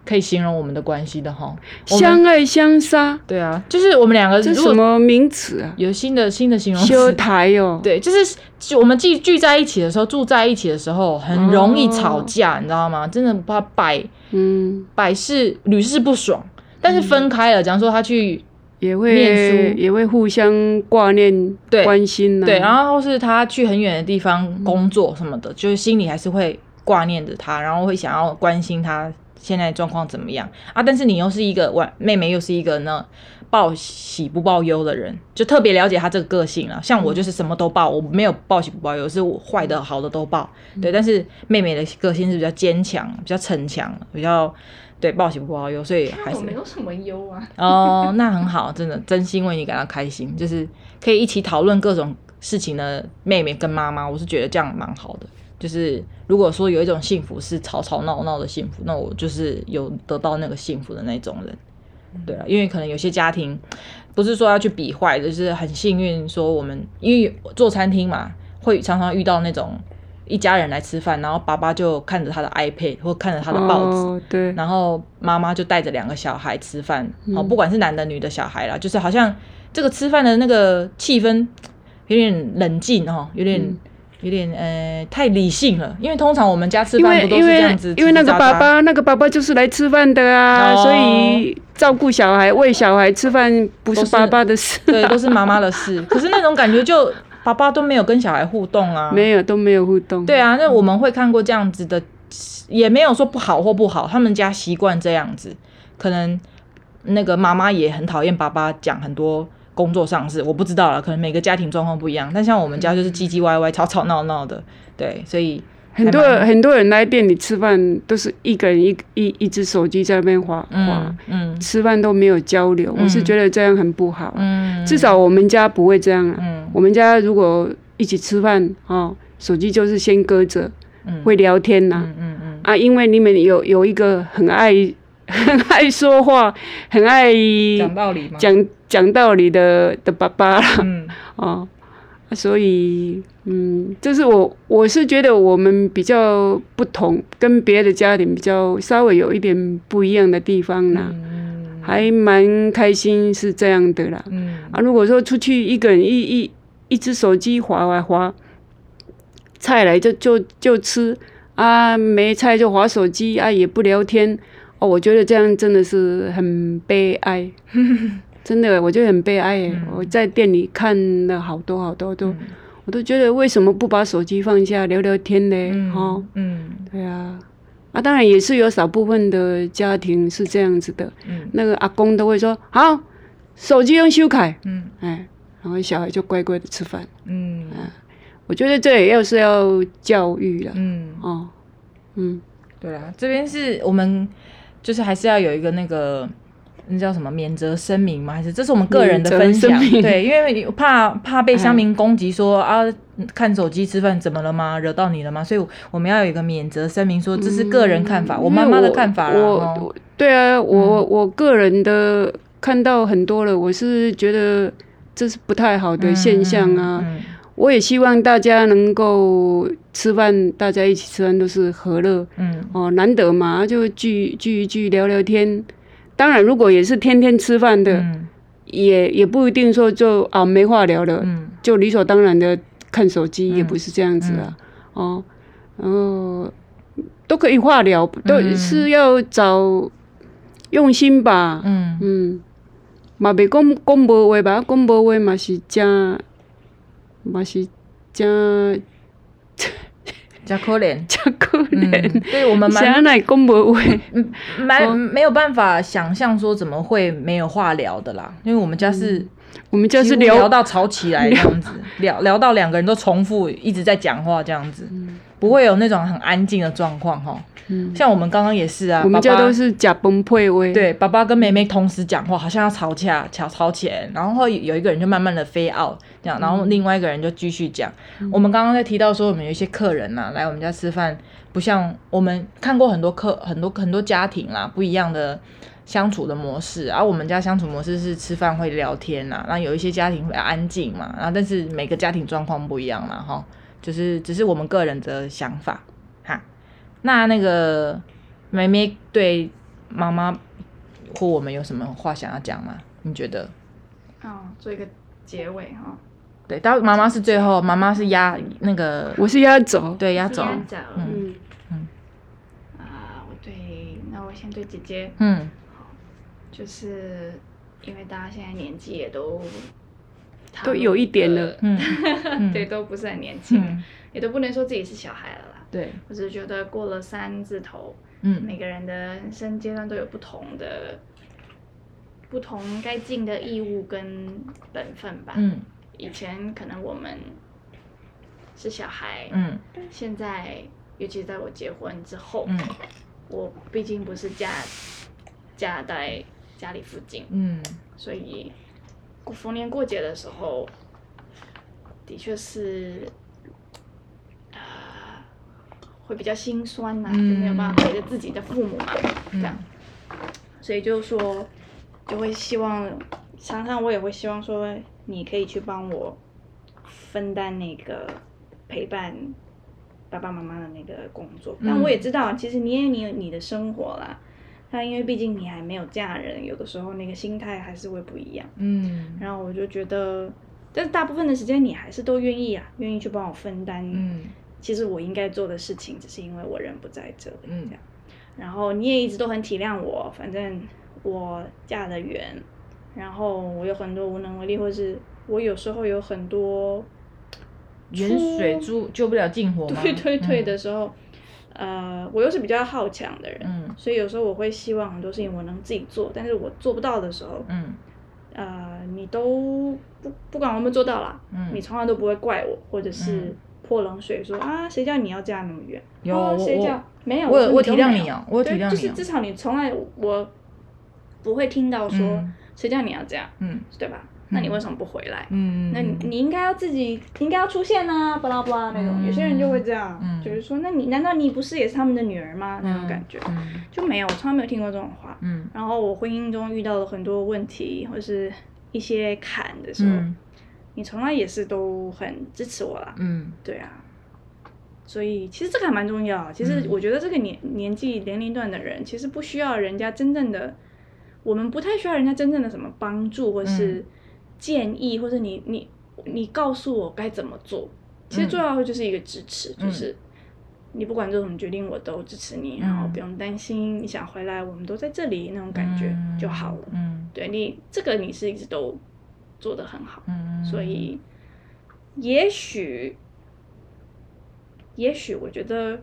可以形容我们的关系的哈。我们相爱相杀，对啊，就是我们两个这如什果么名词啊？有新的新的形容修词，台哦，对，就是就我们聚聚在一起的时候，住在一起的时候，很容易吵架，你知道吗？真的怕百嗯，百事屡试不爽，但是分开了，假如说他去也念会书也会互相挂念、对关心呐，啊对，然后是他去很远的地方工作什么的，就是心里还是会挂念着他，然后会想要关心他现在状况怎么样啊。但是你又是一个外妹妹，又是一个呢报喜不报忧的人，就特别了解他这个个性了。像我就是什么都报，我没有报喜不报忧，是我坏的好的都报。对，但是妹妹的个性是比较坚强，比较逞强，比较对报喜不报忧，所以还那我是没有什么忧啊。哦，那很好，真的，真心为你感到开心，就是可以一起讨论各种事情的妹妹跟妈妈，我是觉得这样蛮好的。就是如果说有一种幸福是吵吵闹闹的幸福，那我就是有得到那个幸福的那种人。对啊，因为可能有些家庭不是说要去比坏，就是很幸运说我们因为做餐厅嘛，会常常遇到那种一家人来吃饭，然后爸爸就看着他的 iPad 或看着他的报纸，哦，对，然后妈妈就带着两个小孩吃饭，哦嗯好、不管是男的女的小孩啦，就是好像这个吃饭的那个气氛有点冷静哦，有点、嗯有点呃太理性了，因为通常我们家吃因饭为不都因是这为样子，因为那个叽叽喳喳爸爸那个爸爸就是来吃饭的啊，哦所以照顾小孩、喂小孩、吃饭不是都是爸爸的事、对都是妈妈的事，可是那种感觉就爸爸都没有跟小孩互动 [laughs] 啊，没有都没有互动。对，啊，那我们会看过这样子的，也没有说不好或不好，他们家习惯这样子，可能那个妈妈也很讨厌爸爸讲很多工作上的事，我不知道了，可能每个家庭状况不一样，但像我们家就是唧唧歪歪、吵吵闹闹的，对，所以很多还蛮很多人来店里吃饭都是一个人一一一只手机在那边划划嗯，嗯吃饭都没有交流，嗯我是觉得这样很不好。嗯，至少我们家不会这样啊，嗯我们家如果一起吃饭哦，手机就是先搁着，嗯会聊天呐、嗯嗯嗯啊，因为你们有 [laughs] 有一个很爱很爱说话，很爱讲道理吗？讲讲道理的的爸爸啦， [laughs] 嗯哦，所以嗯，就是我我是觉得我们比较不同，跟别的家庭比较稍微有一点不一样的地方啦，嗯还蛮开心是这样的啦。嗯啊，如果说出去一个人一一一只手机划划划，菜来就就就吃啊，没菜就划手机啊，也不聊天哦，我觉得这样真的是很悲哀，真的，我觉得很悲哀耶。我在店里看了好多好多都，我都觉得为什么不把手机放下聊聊天嘞？哦，嗯对啊，啊，当然也是有少部分的家庭是这样子的，嗯那个阿公都会说好，手机用修改。嗯哎，然后小孩就乖乖的吃饭。嗯我觉得这也要是要教育了，嗯，哦，嗯，对啦，这边是我们就是还是要有一个那个。那叫什么免责声明吗？还是这是我们个人的分享免责？声明嗯对，因为你怕怕被乡民攻击说、啊，看手机吃饭怎么了吗？惹到你了吗？所以我们要有一个免责声明，说哦这是个人看法，嗯我妈妈的看法因啦。为我哦嗯我我对啊，我、我个人的看到很多了，我是觉得这是不太好的现象啊。嗯我也希望大家能够吃饭，大家一起吃饭都是和乐嗯哦，难得嘛，就聚聚一聚，聊聊天。当然，如果也是天天吃饭的，嗯也也不一定说就啊没话聊了，嗯就理所当然的看手机，嗯也不是这样子啊。哦，然后都可以化疗，都嗯是要找用心吧。嗯嗯，嘛袂讲讲无话吧，讲无话嘛是真，嘛是真。加可怜真可嗯怜。，对我们谁蛮来讲无话？嗯蛮没有办法想象说怎么会没有话聊的啦，因为我们家嗯是我们就是几乎聊聊到吵起来这样子，聊聊到两个人都重复一直在讲话这样子，不会有那种很安静的状况哈。嗯像我们刚刚也是啊，我们家爸爸都是假崩溃话。，对，爸爸跟妹妹同时讲话，好像要吵架，吵吵起来，然后有一个人就慢慢的飞 out 这样，然后另外一个人就继续讲。我们刚刚在提到说，我们有一些客人呐、来我们家吃饭，不像我们看过很多客很多很多家庭啦，不一样的相处的模式。而、我们家相处模式是吃饭会聊天呐、那有一些家庭会安静嘛，然后但是每个家庭状况不一样嘛，哈，就是只是我们个人的想法哈。那那个妹妹对妈妈或我们有什么话想要讲吗？你觉得？好，做一个结尾哈。对，但妈妈是最后，妈妈是压那个，我是压轴。对压轴，今天讲嗯嗯，啊，我对，那我先对姐姐，嗯就是因为大家现在年纪也都踏入都有一点了，嗯嗯 [laughs] 对，都不是很年轻，嗯，也都不能说自己是小孩了啦。对，我只是觉得过了三字头，嗯每个人的人生阶段都有不同的、不同该尽的义务跟本分吧。嗯以前可能我们是小孩，嗯现在尤其在我结婚之后，嗯我毕竟不是嫁嫁在家里附近，嗯所以过逢年过节的时候，的确是啊、会比较心酸呐、嗯就没有办法陪着自己的父母嘛，这样，所以就说就会希望，常常我也会希望说，你可以去帮我分担那个陪伴。爸爸妈妈的那个工作，但嗯我也知道，其实你也你有你的生活啦，那因为毕竟你还没有嫁人，有的时候那个心态还是会不一样。嗯然后我就觉得，但是大部分的时间你还是都愿意啊，愿意去帮我分担。嗯其实我应该做的事情，只是因为我人不在这里，嗯这样。然后你也一直都很体谅我，反正我嫁的远，然后我有很多无能为力，或是我有时候有很多远水出救救不了近火嘛，对对对嗯的，时候，呃，我又是比较好强的人，嗯所以有时候我会希望很多事情我能自己做，但是我做不到的时候，嗯呃，你都不不管我有没有做到啦，嗯你从来都不会怪我，或者是嗯泼冷水说啊，谁叫你要嫁那么远？有啊我谁我叫没有？我有说我都体谅没有你哦我有对体谅就你是哦至少你从来我不会听到说嗯谁叫你要这样，嗯对吧？那你嗯为什么不回来？嗯，那你你应该要自己你应该要出现啊，巴拉巴拉那种。有些人就会这样，嗯就是说，那你难道你不是也是他们的女儿吗？那嗯种感觉、嗯就没有，我从来没有听过这种话。嗯然后我婚姻中遇到了很多问题，或是一些坎的时候，嗯你从来也是都很支持我啦。嗯对啊，所以其实这个还蛮重要。啊其实嗯我觉得这个年年纪年龄段的人，其实不需要人家真正的，我们不太需要人家真正的什么帮助或嗯是建议，或者你你你告诉我该怎么做。其实嗯最要的就是一个支持，嗯就是你不管做什么决定，我都支持你，嗯然后不用担心，你想回来我们都在这里那种感觉嗯就好了。嗯对你这个你是一直都做得很好。嗯，所以，也许，也许我觉得，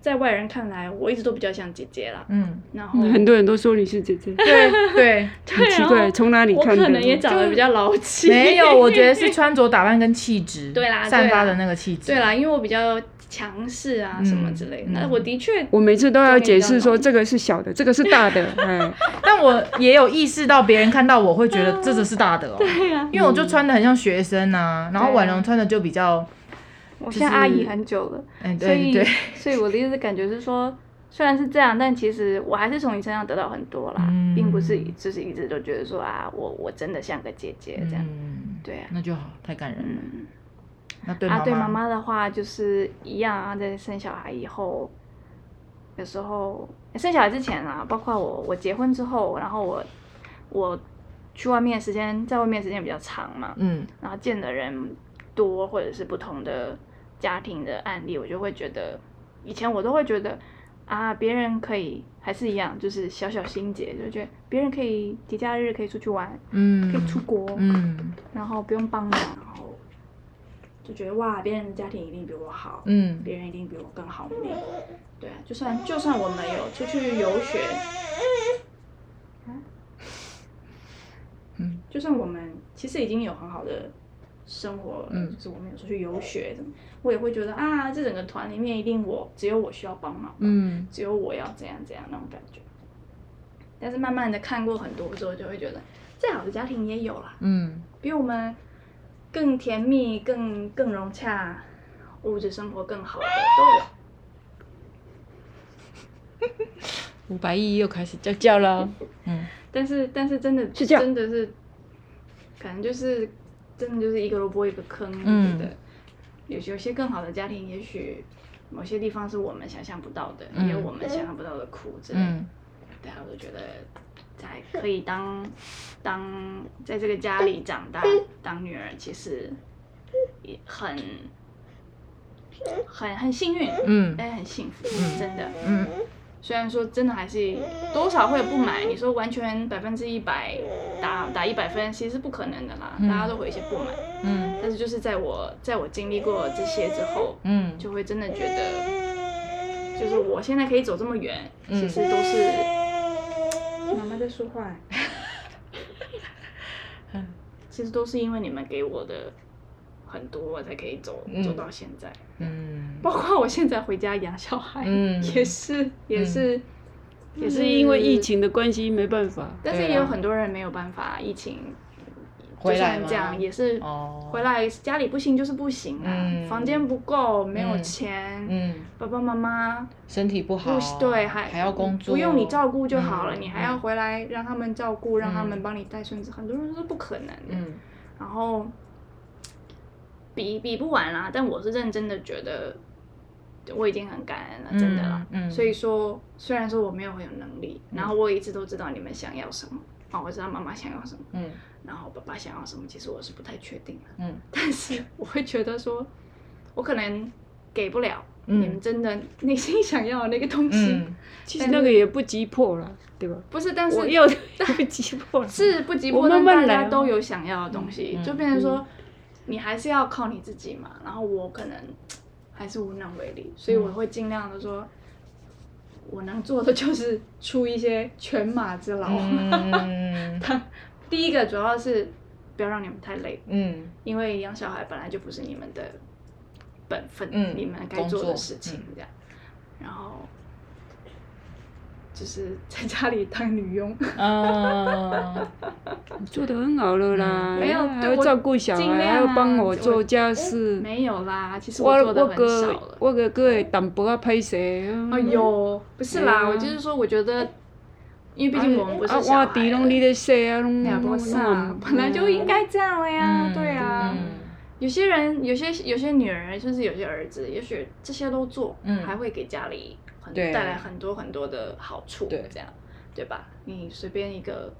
在外人看来，我一直都比较像姐姐啦。嗯然后，很多人都说你是姐姐，对对，对很奇然怪，后从哪里我看的？可能也长得比较老 [laughs] 气。没有，我觉得是穿着打扮跟气质，对啦对啦散发的那个气质，对啦，因为我比较强势啊，什么之类的。嗯嗯那我的确，我每次都要解释说长得比较老这个是小的，这个是大 [laughs] 的，哎，但我也有意识到，别人看到我会觉得这只是大的哦、对呀、因为我就穿的很像学生啊，然后婉容穿的就比较，我就像阿是姨很久了，哎、所对以 [laughs] 对对，所以我的意思感觉是说，虽然是这样，但其实我还是从你身上得到很多啦，嗯并不是就是一直都觉得说啊，我我真的像个姐姐这样。嗯，对啊，那就好，太感人了。嗯，那对妈啊，妈，对妈妈的话就是一样啊，在生小孩以后，有时候生小孩之前啊，包括我我结婚之后，然后我我去外面时间在外面时间比较长嘛，嗯然后见的人多，或者是不同的家庭的案例，我就会觉得，以前我都会觉得啊，别人可以还是一样，就是小小心结，就觉得别人可以节假日可以出去玩，嗯，可以出国，嗯然后不用帮忙，然后就觉得哇，别人的家庭一定比我好，嗯别人一定比我更好命。对啊，就算就算我们有出去游学，嗯，就算我们其实已经有很好的生活了，嗯就是我们有出去游学什么，我也会觉得啊，这整个团里面一定我只有我需要帮忙，嗯只有我要怎样怎样那种感觉。但是慢慢的看过很多之后，就会觉得再好的家庭也有啦，嗯比我们更甜蜜、更更融洽、物质生活更好的都有。五百亿又开始叫叫了，但是但是真的是这样真的是，可能就是真的就是一个萝卜一个坑，嗯我觉得有有些更好的家庭，也许某些地方是我们想象不到的，嗯也有我们想象不到的苦之类的。嗯对啊，我就觉得在可以当当在这个家里长大当女儿，其实也很很很幸运，嗯但很幸福，真的。嗯虽然说真的还是多少会有不满，你说完全百分之一百打打一百分，其实是不可能的啦，嗯大家都会有一些不满。嗯但是就是在我在我经历过这些之后，嗯，就会真的觉得，就是我现在可以走这么远，嗯其实都是妈妈在说话嗯， [laughs] 其实都是因为你们给我的很多，我才可以走嗯走到现在。嗯包括我现在回家养小孩，嗯也是也是、也也是是因因为为疫疫情，情的关系没办法。但是对啊也有很多人没有办法，疫情回来就吗算这样也是哦回来家里不行就是不行啊，嗯房间不够，没有嗯钱，嗯，爸爸妈妈身体不好不，对还还要工作，不用你照顾就好了，嗯你还要回来让他们照顾，让他嗯们帮你带孙子，很多人都是不可能的。嗯然后比比不完啦，但我是认真的觉得我已经很感恩了，真的啦。嗯嗯嗯所以说，虽然说我没有很有能力，然后我也一直都知道你们想要什么，哦，我知道妈妈想要什么，嗯然后爸爸想要什么，其实我是不太确定的， [laughs] 嗯但是我会觉得说，我可能给不了。嗯你们真的内心想要的那个东西，嗯其实那个也不急迫啦，对吧？不是，但是我要 [laughs] 不急迫啦，是不急我慢迫，但慢大来家哦都有想要的东西，嗯就变成说，你还是要靠你自己嘛。然后我可能还是无能为力，所以我会尽量的说，我能做的就是出一些全马之劳。嗯第一个主要是不要让你们太累，嗯因为养小孩本来就不是你们的本分，嗯你们该做工作的事情嗯这样。然后就是在家里当女佣。 [laughs] 嗯，做的很好了啦，没有还对要我照顾小孩，尽量啊还要帮我我做家事。没有啦，其实我做的我很少哥了。我哥哥会淡薄啊歹势，嗯哎呦，不是啦，对啊我就是说，我觉得因为毕竟我们不是啊，小我孩嗯弟拢你咧说啊，拢俩不啥上，，本来嗯就应该这样了呀，嗯 [laughs] 对啊。嗯有些人，有些有些女儿，甚至有些儿子，也许这些都做，嗯还会给家里很对带来很多很多的好处，对这样，对吧？你随便一个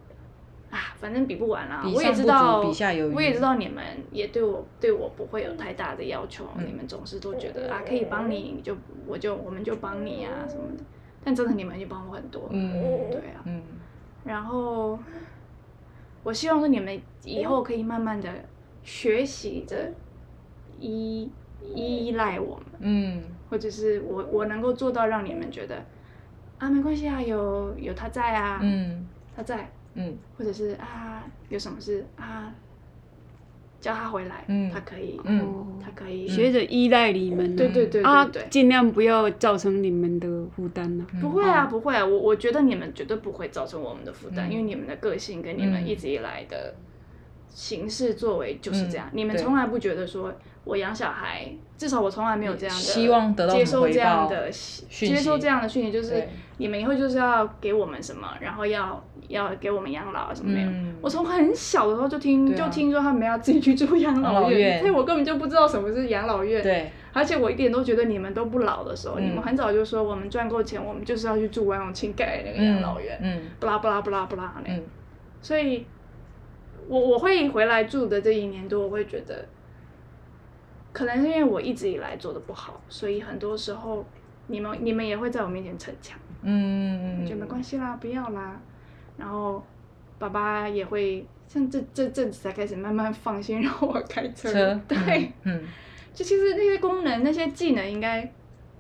啊，反正比不完啦。比我也上知不足道，比下有余我也知道你们也对我对我不会有太大的要求，嗯你们总是都觉得啊，可以帮你，你就我就我们就帮你啊什么的。但真的你们也帮我很多，嗯对啊。嗯，然后，我希望说你们以后可以慢慢的学习着依依赖我们，嗯或者是我我能够做到让你们觉得啊没关系啊，有有他在啊，嗯他在，嗯或者是啊有什么事啊，叫他回来，嗯他可以，嗯，他可以，学着依赖你们啊，对对对啊对对，尽量不要造成你们的负担呐。嗯不会啊，不会啊，我我觉得你们绝对不会造成我们的负担，嗯因为你们的个性跟你们嗯一直以来的行事作为就是这样。嗯你们对从来不觉得说我养小孩，至少我从来没有这样嗯的希望得到接什么收回这样报的讯接收息这样的讯息，就是对你们以后就是要给我们什么，然后要要给我们养老啊什么没有。嗯我从很小的时候就听、对啊就听说他们要自己去住养养老老院院，所以我根本就不知道什么是养老院。对，而且我一点都觉得你们都不老的时候，嗯你们很早就说我们赚够钱，我们就是要去住万永庆盖那个嗯养老院，嗯不啦不啦不啦不啦那嗯所以，我我会回来住的这一年多，我会觉得，可能是因为我一直以来做的不好，所以很多时候你们你们也会在我面前逞强，嗯，就没关系啦，不要啦，然后爸爸也会。像这这阵子才开始慢慢放心让我开车，车对，嗯就其实那些功能、那些技能，应该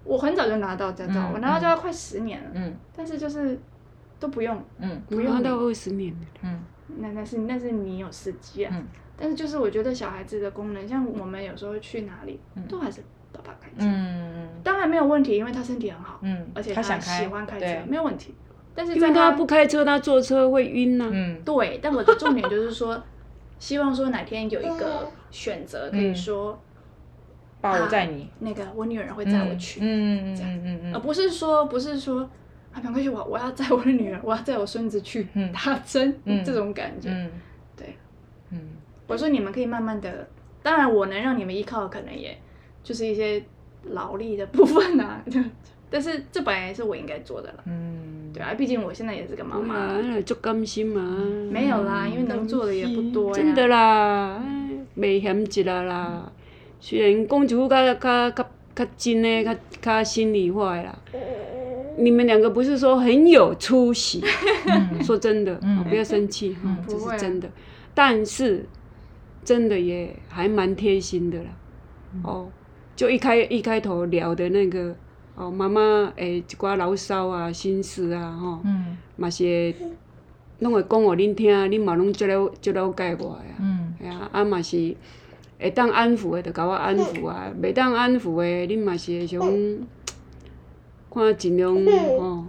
我很早就拿到驾照，嗯我拿到驾照快十年了，嗯但是就是都不用。嗯不我用拿到二十年了，嗯那那是那是你有司机啊，嗯但是就是我觉得小孩子的功能，像我们有时候去哪里，嗯都还是爸爸开车，嗯当然没有问题，因为他身体很好，嗯，而且他想开，喜欢开对车，没有问题。但是因在为他不开车，他坐车会晕呐。嗯对，但我的重点就是说，希望说哪天有一个选择，可以嗯说爸我载你，那个我女儿会载我去，嗯嗯嗯而嗯啊不是说不是说啊，没关系，我我要载我的女儿，我要载我孙子去嗯打针、嗯这种感觉。嗯，对，嗯我说你们可以慢慢的，当然我能让你们依靠，可能也就是一些劳力的部分啊，但是这本来是我应该做的了，嗯，对啊，毕竟我现在也是个妈对妈。啊，那就甘心嘛。没有啦，因为能做的也不多呀。真的啦，哎袂嫌一啦啦。虽然讲一副较较较较真诶，较较心里话的啦。你们两个不是说很有出 [laughs] 息？说真的，嗯哦不要生气哈嗯，这不会是啊真的。但是真的也还蛮贴心的啦。嗯哦，就一开一开头聊的那个哦，妈妈诶一寡牢骚啊、心事啊，吼、嗯嘛是会拢会讲互恁听，恁嘛拢足了足了解我的啊。嗯吓啊，啊嘛是会当安抚的，就甲我安抚啊；袂当安抚的，恁嘛是会想看尽量吼、嗯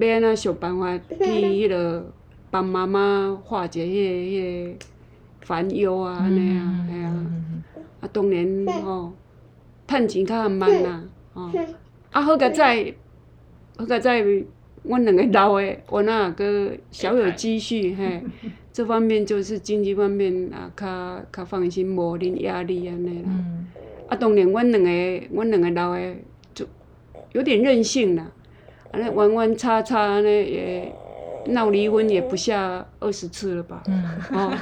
要安怎想办法去迄落帮妈妈化解迄、个迄、个烦忧啊，安尼嗯啊，吓啊。啊，当然吼、趁钱较慢啦，吼、啊好佳哉，好佳哉，阮两个老的，我那个小有积蓄嘿，这方面就是经济方面啊，较较放心，无恁压力安尼啦。嗯啊，当然，阮两个，阮两个老的就有点任性啦，安尼弯弯叉叉安尼也闹离婚也不下二十次了吧。嗯哦，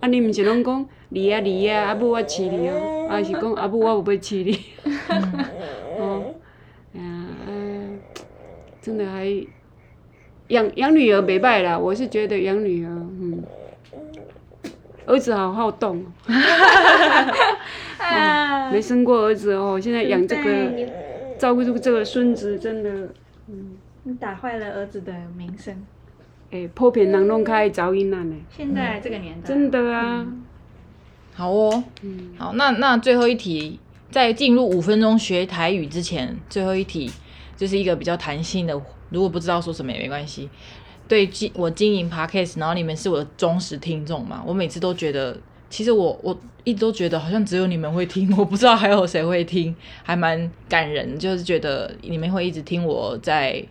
啊，你毋是拢讲离啊离啊，啊母我饲你哦，啊是讲啊母我有要饲你， [laughs] 哦，哎呀，啊，真的还养养女儿袂歹啦，我是觉得养女儿，嗯，儿子好好动哦，哎嗯哦没生过儿子哦，现在养这个照顾这个孙子真的，你打坏了儿子的名声。诶、哎普遍人拢较爱噪音啊呢，现在这个年代，真的啊，好哦，嗯，好，那那最后一题，在进入五分钟学台语之前，最后一题就是一个比较弹性的，如果不知道说什么也没关系。对，经我经营 podcast，然后你们是我的忠实听众嘛，我每次都觉得，其实我我一直都觉得好像只有你们会听，我不知道还有谁会听，还蛮感人，就是觉得你们会一直听我在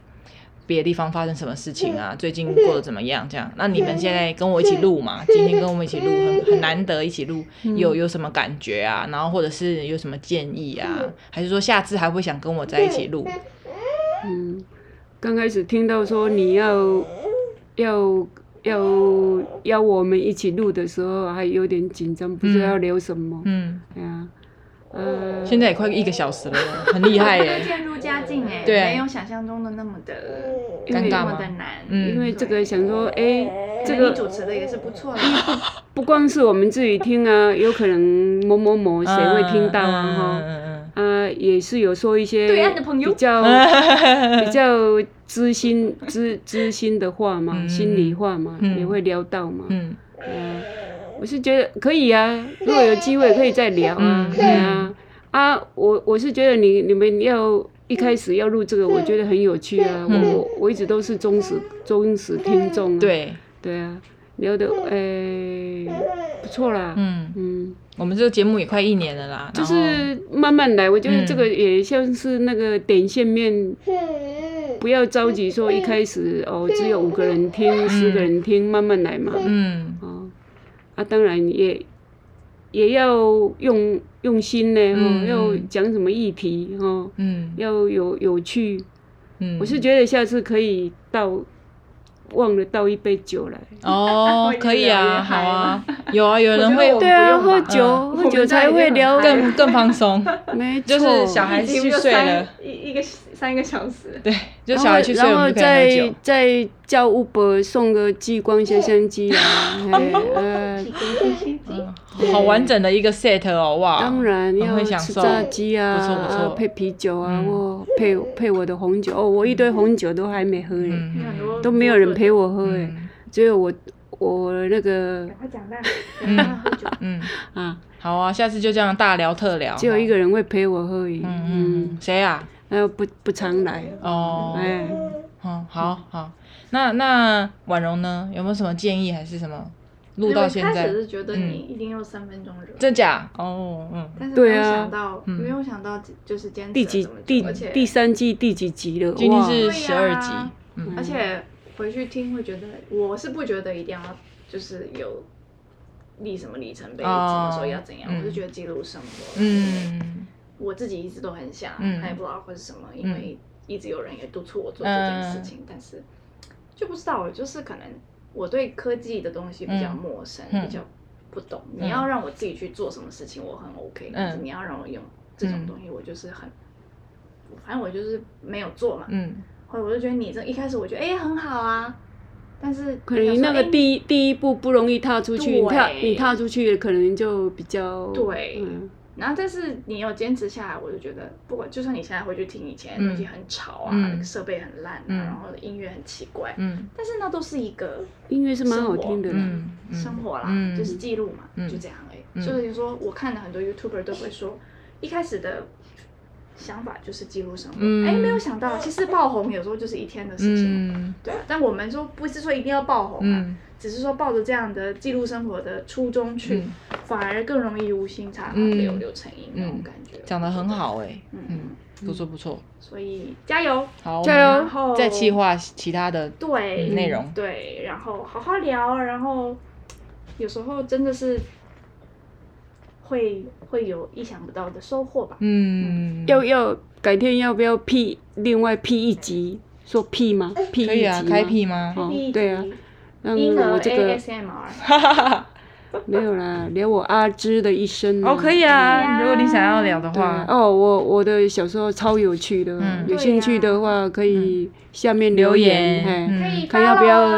别的地方发生什么事情啊，最近过得怎么样这样。那你们现在跟我一起录嘛，今天跟我们一起录，很很难得一起录，嗯有有什么感觉啊？然后或者是有什么建议啊？还是说下次还会想跟我在一起录？嗯，刚开始听到说你要要要要我们一起录的时候，还有点紧张，不知道聊什么。嗯，哎呀，呃，现在也快一个小时了，嗯很厉害耶、渐入佳境哎、对没有想象中的那么的因尴为尬那吗么的难。嗯因为这个想说，哎，这这个个你主持的也是不错的，不光是我们自己听啊，有可能某某某 [laughs] 谁会听到啊哈。嗯啊，也是有说一些 [laughs] 对岸的朋友 [laughs] 比较嗯比较知心知知心的话嘛，嗯心里话嘛，嗯也会聊到嘛。 [laughs] 嗯啊，我是觉得可以啊，如果有机会可以再聊啊嗯，对啊，啊，我我是觉得你你们要一开始要录这个，我觉得很有趣啊，嗯我我我一直都是忠实忠实听众、啊，嗯，对，对啊，聊的诶、不错啦，嗯，嗯，我们这个节目也快一年了啦，就然后是慢慢来，我觉得嗯这个也像是那个点线面，不要着急说一开始哦只有五个人听，十个人听，慢慢来嘛，嗯。哦，啊，当然也也要用用心呢，哦，嗯要嗯讲什么议题哦，嗯要有有趣。嗯，我是觉得下次可以倒，忘了倒一杯酒来。 [laughs] 哦，可以啊，好啊，有啊，有人我会觉得我们不用吧嗯喝酒才会聊更更放松，没就错，是小孩子去睡了，一一个三个小时，对，就然小孩后去睡，然我后们就可以喝再酒。再叫 Uber 送个激光相相机 [laughs] 啊，嘿呃，嗯好完整的一个 set 哦，哇！当然很要会享吃受，炸鸡啊，不错不错啊配啤酒啊，嗯或配配我的红酒哦，我一堆红酒都还没喝呢。嗯，很多都没有人陪我喝哎、嗯只有我我那个赶快讲啦，嗯嗯，啊，好啊，下次就这样大聊特聊。只有一个人会陪我喝而已。哦嗯，嗯嗯，谁啊？然后不不常来，哦，哎，哦，好好，那那婉容呢？有没有什么建议还是什么？录到现开在嗯始，是觉得你一定要三分钟热度，真假？哦，嗯，但是没对有啊想到，嗯没有想到就是坚持第了这几么久第而且第三季第几集了？今天哇，是对啊十呀二集，嗯而且回去听会觉得，我是不觉得一定要就是有立什么里程碑，怎哦么说要怎样，嗯我就觉得记录生活。，嗯我自己一直都很想嗯开 blog 或者什么，因为一直有人也督促我做这件事嗯情，但是就不知道，就是可能我对科技的东西比较陌生，嗯嗯比较不懂。你要让我自己去做什么事情，我很嗯 OK，、但是你要让我用这种东西，我就是很。反正我就是没有做嘛，嗯后来我就觉得你这一开始我觉得哎、很好啊，但是可能那个地第一第一步不容易踏出去，对你踏你踏出去可能就比较对嗯然后但是你有坚持下来，我就觉得不管就算你现在回去听以前的东西很吵啊，嗯那个设备很烂啊，嗯然后音乐很奇怪，嗯但是那都是一个音乐是蛮好听的啦。嗯嗯，生活啦，嗯就是记录嘛，嗯就这样而已。嗯所以说，我看了很多 YouTuber 都会说，一开始的想法就是记录生活，哎、嗯没有想到其实爆红有时候就是一天的事情，嗯对啊。但我们说不是说一定要爆红啊，嗯只是说抱着这样的记录生活的初衷去，嗯反而更容易无心插柳、嗯柳柳成荫那种感觉。讲的很，好哎，嗯嗯，不错不错，所以加油，好，加油我们然后再计划其他的对嗯内容对，然后好好聊，然后有时候真的是会会有意想不到的收获吧。嗯，要要改天要不要 P 另外 P 一集？说 P 吗？P 一可以集啊，吗开辟吗？哦第一集对啊，让婴儿嗯我这个 ASMR，没有啦，聊我阿芝的一生啊。哦，可以啊，如啊果你想要聊的对话，哦，我我的小时候超有趣的，啊嗯有兴趣的话可以下面留留言，言，嘿，嗯看要不要，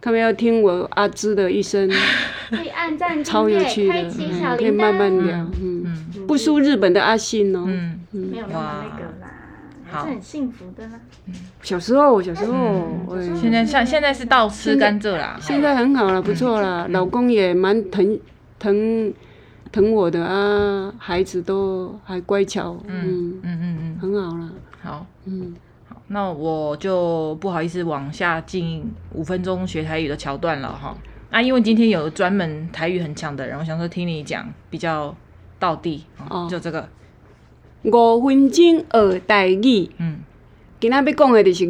看要不要听我阿芝的一生， [laughs] 可以按赞、超订有阅、趣的，开启嗯小可以铃慢慢铛。聊，嗯，嗯不输日本的阿信哦，嗯，没有那么那个哇啦，好还是很幸福的啦。小时候，小时候，嗯哎现在像现在是倒吃现在甘蔗啦，现在很好了，不错嗯了，老公也蛮疼疼疼我的啊，孩子都还乖巧，嗯嗯，嗯嗯嗯，很好了，好。嗯，那我就不好意思往下进五分钟学台语的桥段了哈。啊，因为今天有专门台语很强的人，我想说听你讲比较到地，哦哦就这个，五分钟学台语。嗯今仔要讲的就是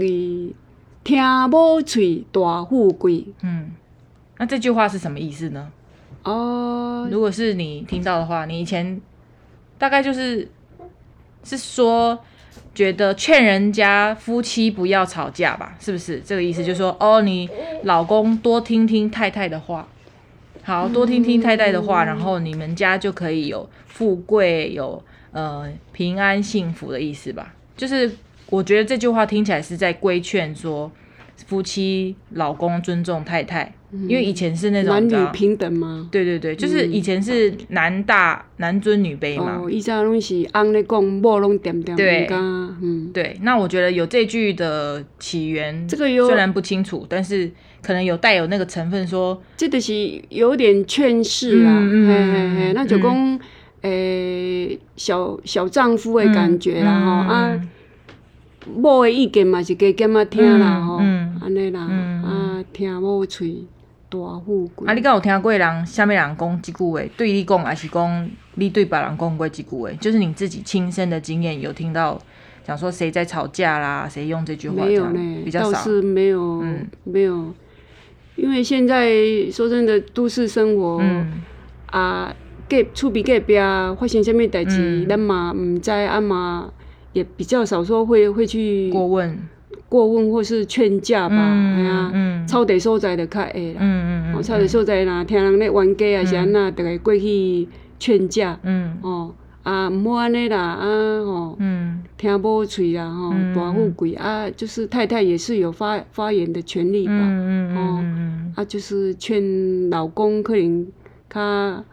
听某嘴大富贵。嗯，那这句话是什么意思呢？哦，如果是你听到的话，你以前大概就是是说觉得劝人家夫妻不要吵架吧，是不是这个意思？就说哦，你老公多听听太太的话，好多听听太太的嗯话，然后你们家就可以有富贵，有呃平安幸福的意思吧？就是我觉得这句话听起来是在规劝说夫妻老公尊重太太，因为以前是那种嗯啊男你知女道平等吗？对对对，就是以前是男大男尊女卑嘛。哦，以前拢是翁咧讲，某拢点点对毋敢，嗯，对，那我觉得有这句的起源，这个有虽然不清楚，但是可能有带有那个成分说，这就是有点劝世啦，嗯嗯嘿嘿嘿，嗯那就讲诶、小小丈夫的感觉嗯啦吼、啊，某的意见嘛是加减啊听啦嗯吼，嗯安尼啦，嗯啊听某喙大富贵，啊，你敢有听过人下面人讲这句话，对你讲，还是讲你对别人讲过这句话？就是你自己亲身的经验有听到，讲说谁在吵架啦，谁用这句话没这有样，呢比，较倒少。是没有、嗯没有，因为现在说真的，都市生活。嗯啊，隔厝边隔壁发生什么代志，嗯咱嘛毋知，啊嘛也比较少说会会去过问过问或是劝架吧，哎呀、嗯草地所在就较会嗯啦，嗯哦，嗯，草地所在啦，听人咧冤家啊是安那，就会过去劝架，嗯哦，啊，毋好安尼啦，啊，吼。嗯听无嘴啦，吼、嗯大富贵啊，就是太太也是有发发言的权利嗯吧，嗯哦嗯。啊，就是劝老公可能较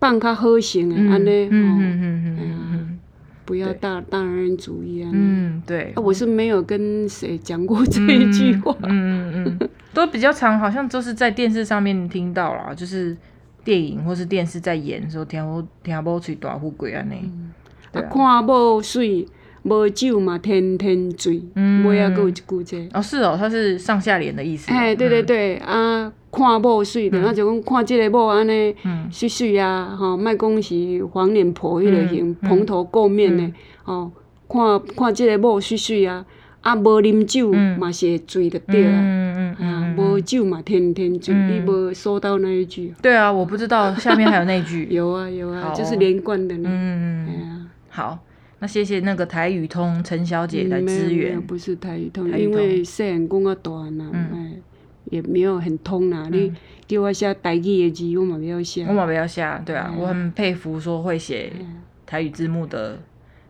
放较好型诶，安尼嗯嗯吼，嗯嗯哎呀嗯不要对大大男人主义啊。嗯，对啊，，我是没有跟谁讲过这一句话。嗯嗯嗯嗯，都比较常，好像都是在电视上面听到啦，就是电影或是电视在演说听我听某嘴大富贵安尼，啊嗯对，啊看无水，无酒嘛，天天醉。嗯尾啊，佫有一句这个。哦是哦，它是上下联的意思，哎，对对对，啊，看无水的，嗯啊就讲看即个某安尼嗯，水水啊，吼，莫讲是黄脸婆迄类型嗯，嗯蓬头垢面的嗯，吼，看看即个某水水啊，啊，无啉酒嗯嘛是会醉就嗯对啊。嗯嗯啊嗯，，无酒嘛，天天醉，嗯你无收到那一句？对啊，我不知道下面还有那句，有啊有好啊，哦就是连贯的呢。嗯哎嗯呀，好，那谢谢那个台语通陈小姐来嗯没有支没有援，不是台语通，台语因通为细汉讲啊大汉啦，嗯哎，也没有很通啦。你叫我写台语的字，我嘛不晓写我。马不要下，对啊，嗯我很佩服说会写嗯台语字幕的，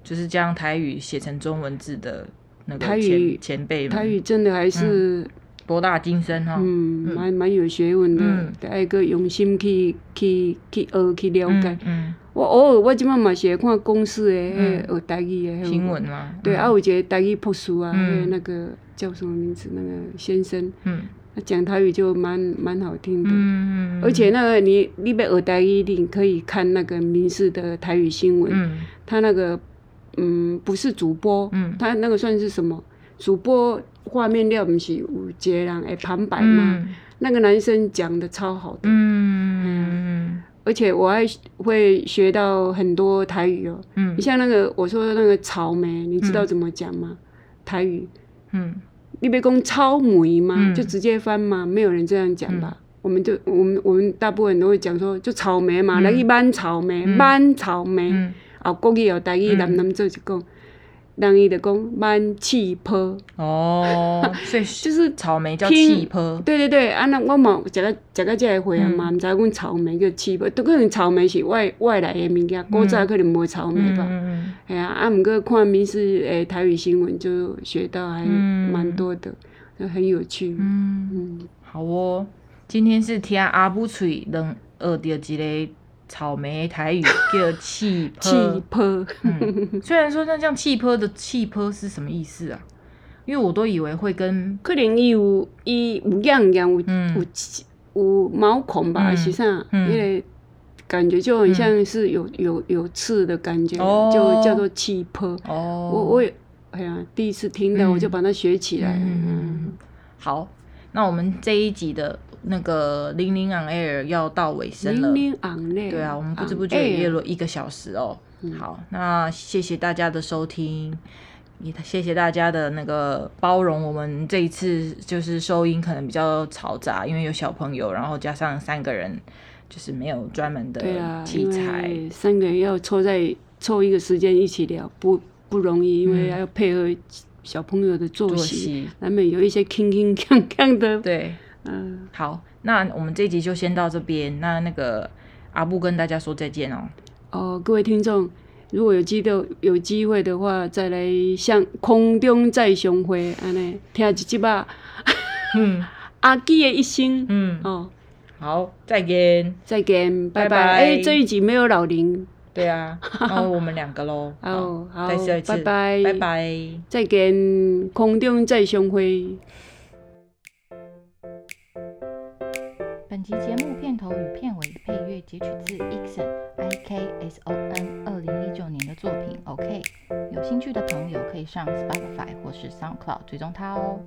就是将台语写成中文字的那个台语前前辈们，台语真的还是博大精深哈、嗯，嗯蛮蛮有学问的嗯，得爱个用心去去去学去了解嗯。嗯，我偶尔我即摆嘛是会看公司的迄嗯学台语的那有新闻嘛，对，嗯啊，，有一个台语博士啊，嗯还有那个叫什么名字那个先生，嗯他讲台语就蛮蛮好听的。嗯，嗯而且，那个你你被耳台语，你可以看那个民视的台语新闻，嗯他那个嗯不是主播，嗯他那个算是什么？主播画面料不是有一个人会旁白吗？嗯那个男生讲的超好的，嗯而且我还会学到很多台语哦。嗯你像那个我说的那个草莓，你知道怎么讲吗？台语。嗯你别讲抄母音嘛，嗯就直接翻嘛，没有人这样讲吧？我们就我们我们大部分人都会讲说，就草莓嘛，嗯来去挽草莓，嗯挽草莓，嗯啊，国语哦，台语嗯南南做一讲，人伊就讲挽气泡，哦，所以 [laughs] 就是草莓叫拼气泡，对对对，啊，那我嘛食个食个这个会啊嗯嘛，毋知阮草莓叫气泡，都可能草莓是外外来的物件，古早可能无草莓嗯吧。嗯哎呀，啊，毋过看民视诶台语新闻就学到还嗯蛮多的，就很有趣。嗯嗯，嗯好哦，今天是听阿布嘴能学到呃一个草莓的台语叫气泡，气泡，嗯，虽然说像这样气泡的气泡是什么意思啊？因为我都以为会跟可能伊有伊有痒痒，有嗯有气有毛孔吧，嗯还是啥？嗯迄个感觉就很像是有有有刺的感觉，哦就叫做气泡。哦，我我也哎呀，第一次听到嗯我就把它学起来。嗯嗯，好，那我们这一集的那个零零 on air 要到尾声了零。零昂嘞，对啊，我们不知不昂觉嘞也录一个小时哦。嗯哎嗯好，那谢谢大家的收听。也谢谢大家的那个包容。我们这一次就是收音可能比较嘈杂，因为有小朋友，然后加上三个人，就是没有专门的对啊，器材。因为三个人要凑在凑一个时间一起聊，不不容易，因为嗯要配合小朋友的作作息，息难免有一些铿铿锵锵的。，对，嗯、好，那我们这集就先到这边。那那个阿布跟大家说再见哦。哦，各位听众，如果有机的有机会的话，再来向空中再相会，安尼听一集吧。嗯阿基的一生， [laughs] 嗯，哦，好，再见。再见，拜拜拜。拜哎、这一集没有老林，对啊，然后我们两个喽。哦， [laughs] 好，再说一次，拜拜，拜，拜。再见，空中再相会。本集节目片头与片尾配乐截取自 Ixon I K S O N 二零一九年的作品 OK。有兴趣的朋友可以上 Spotify 或是 SoundCloud 追踪他哦。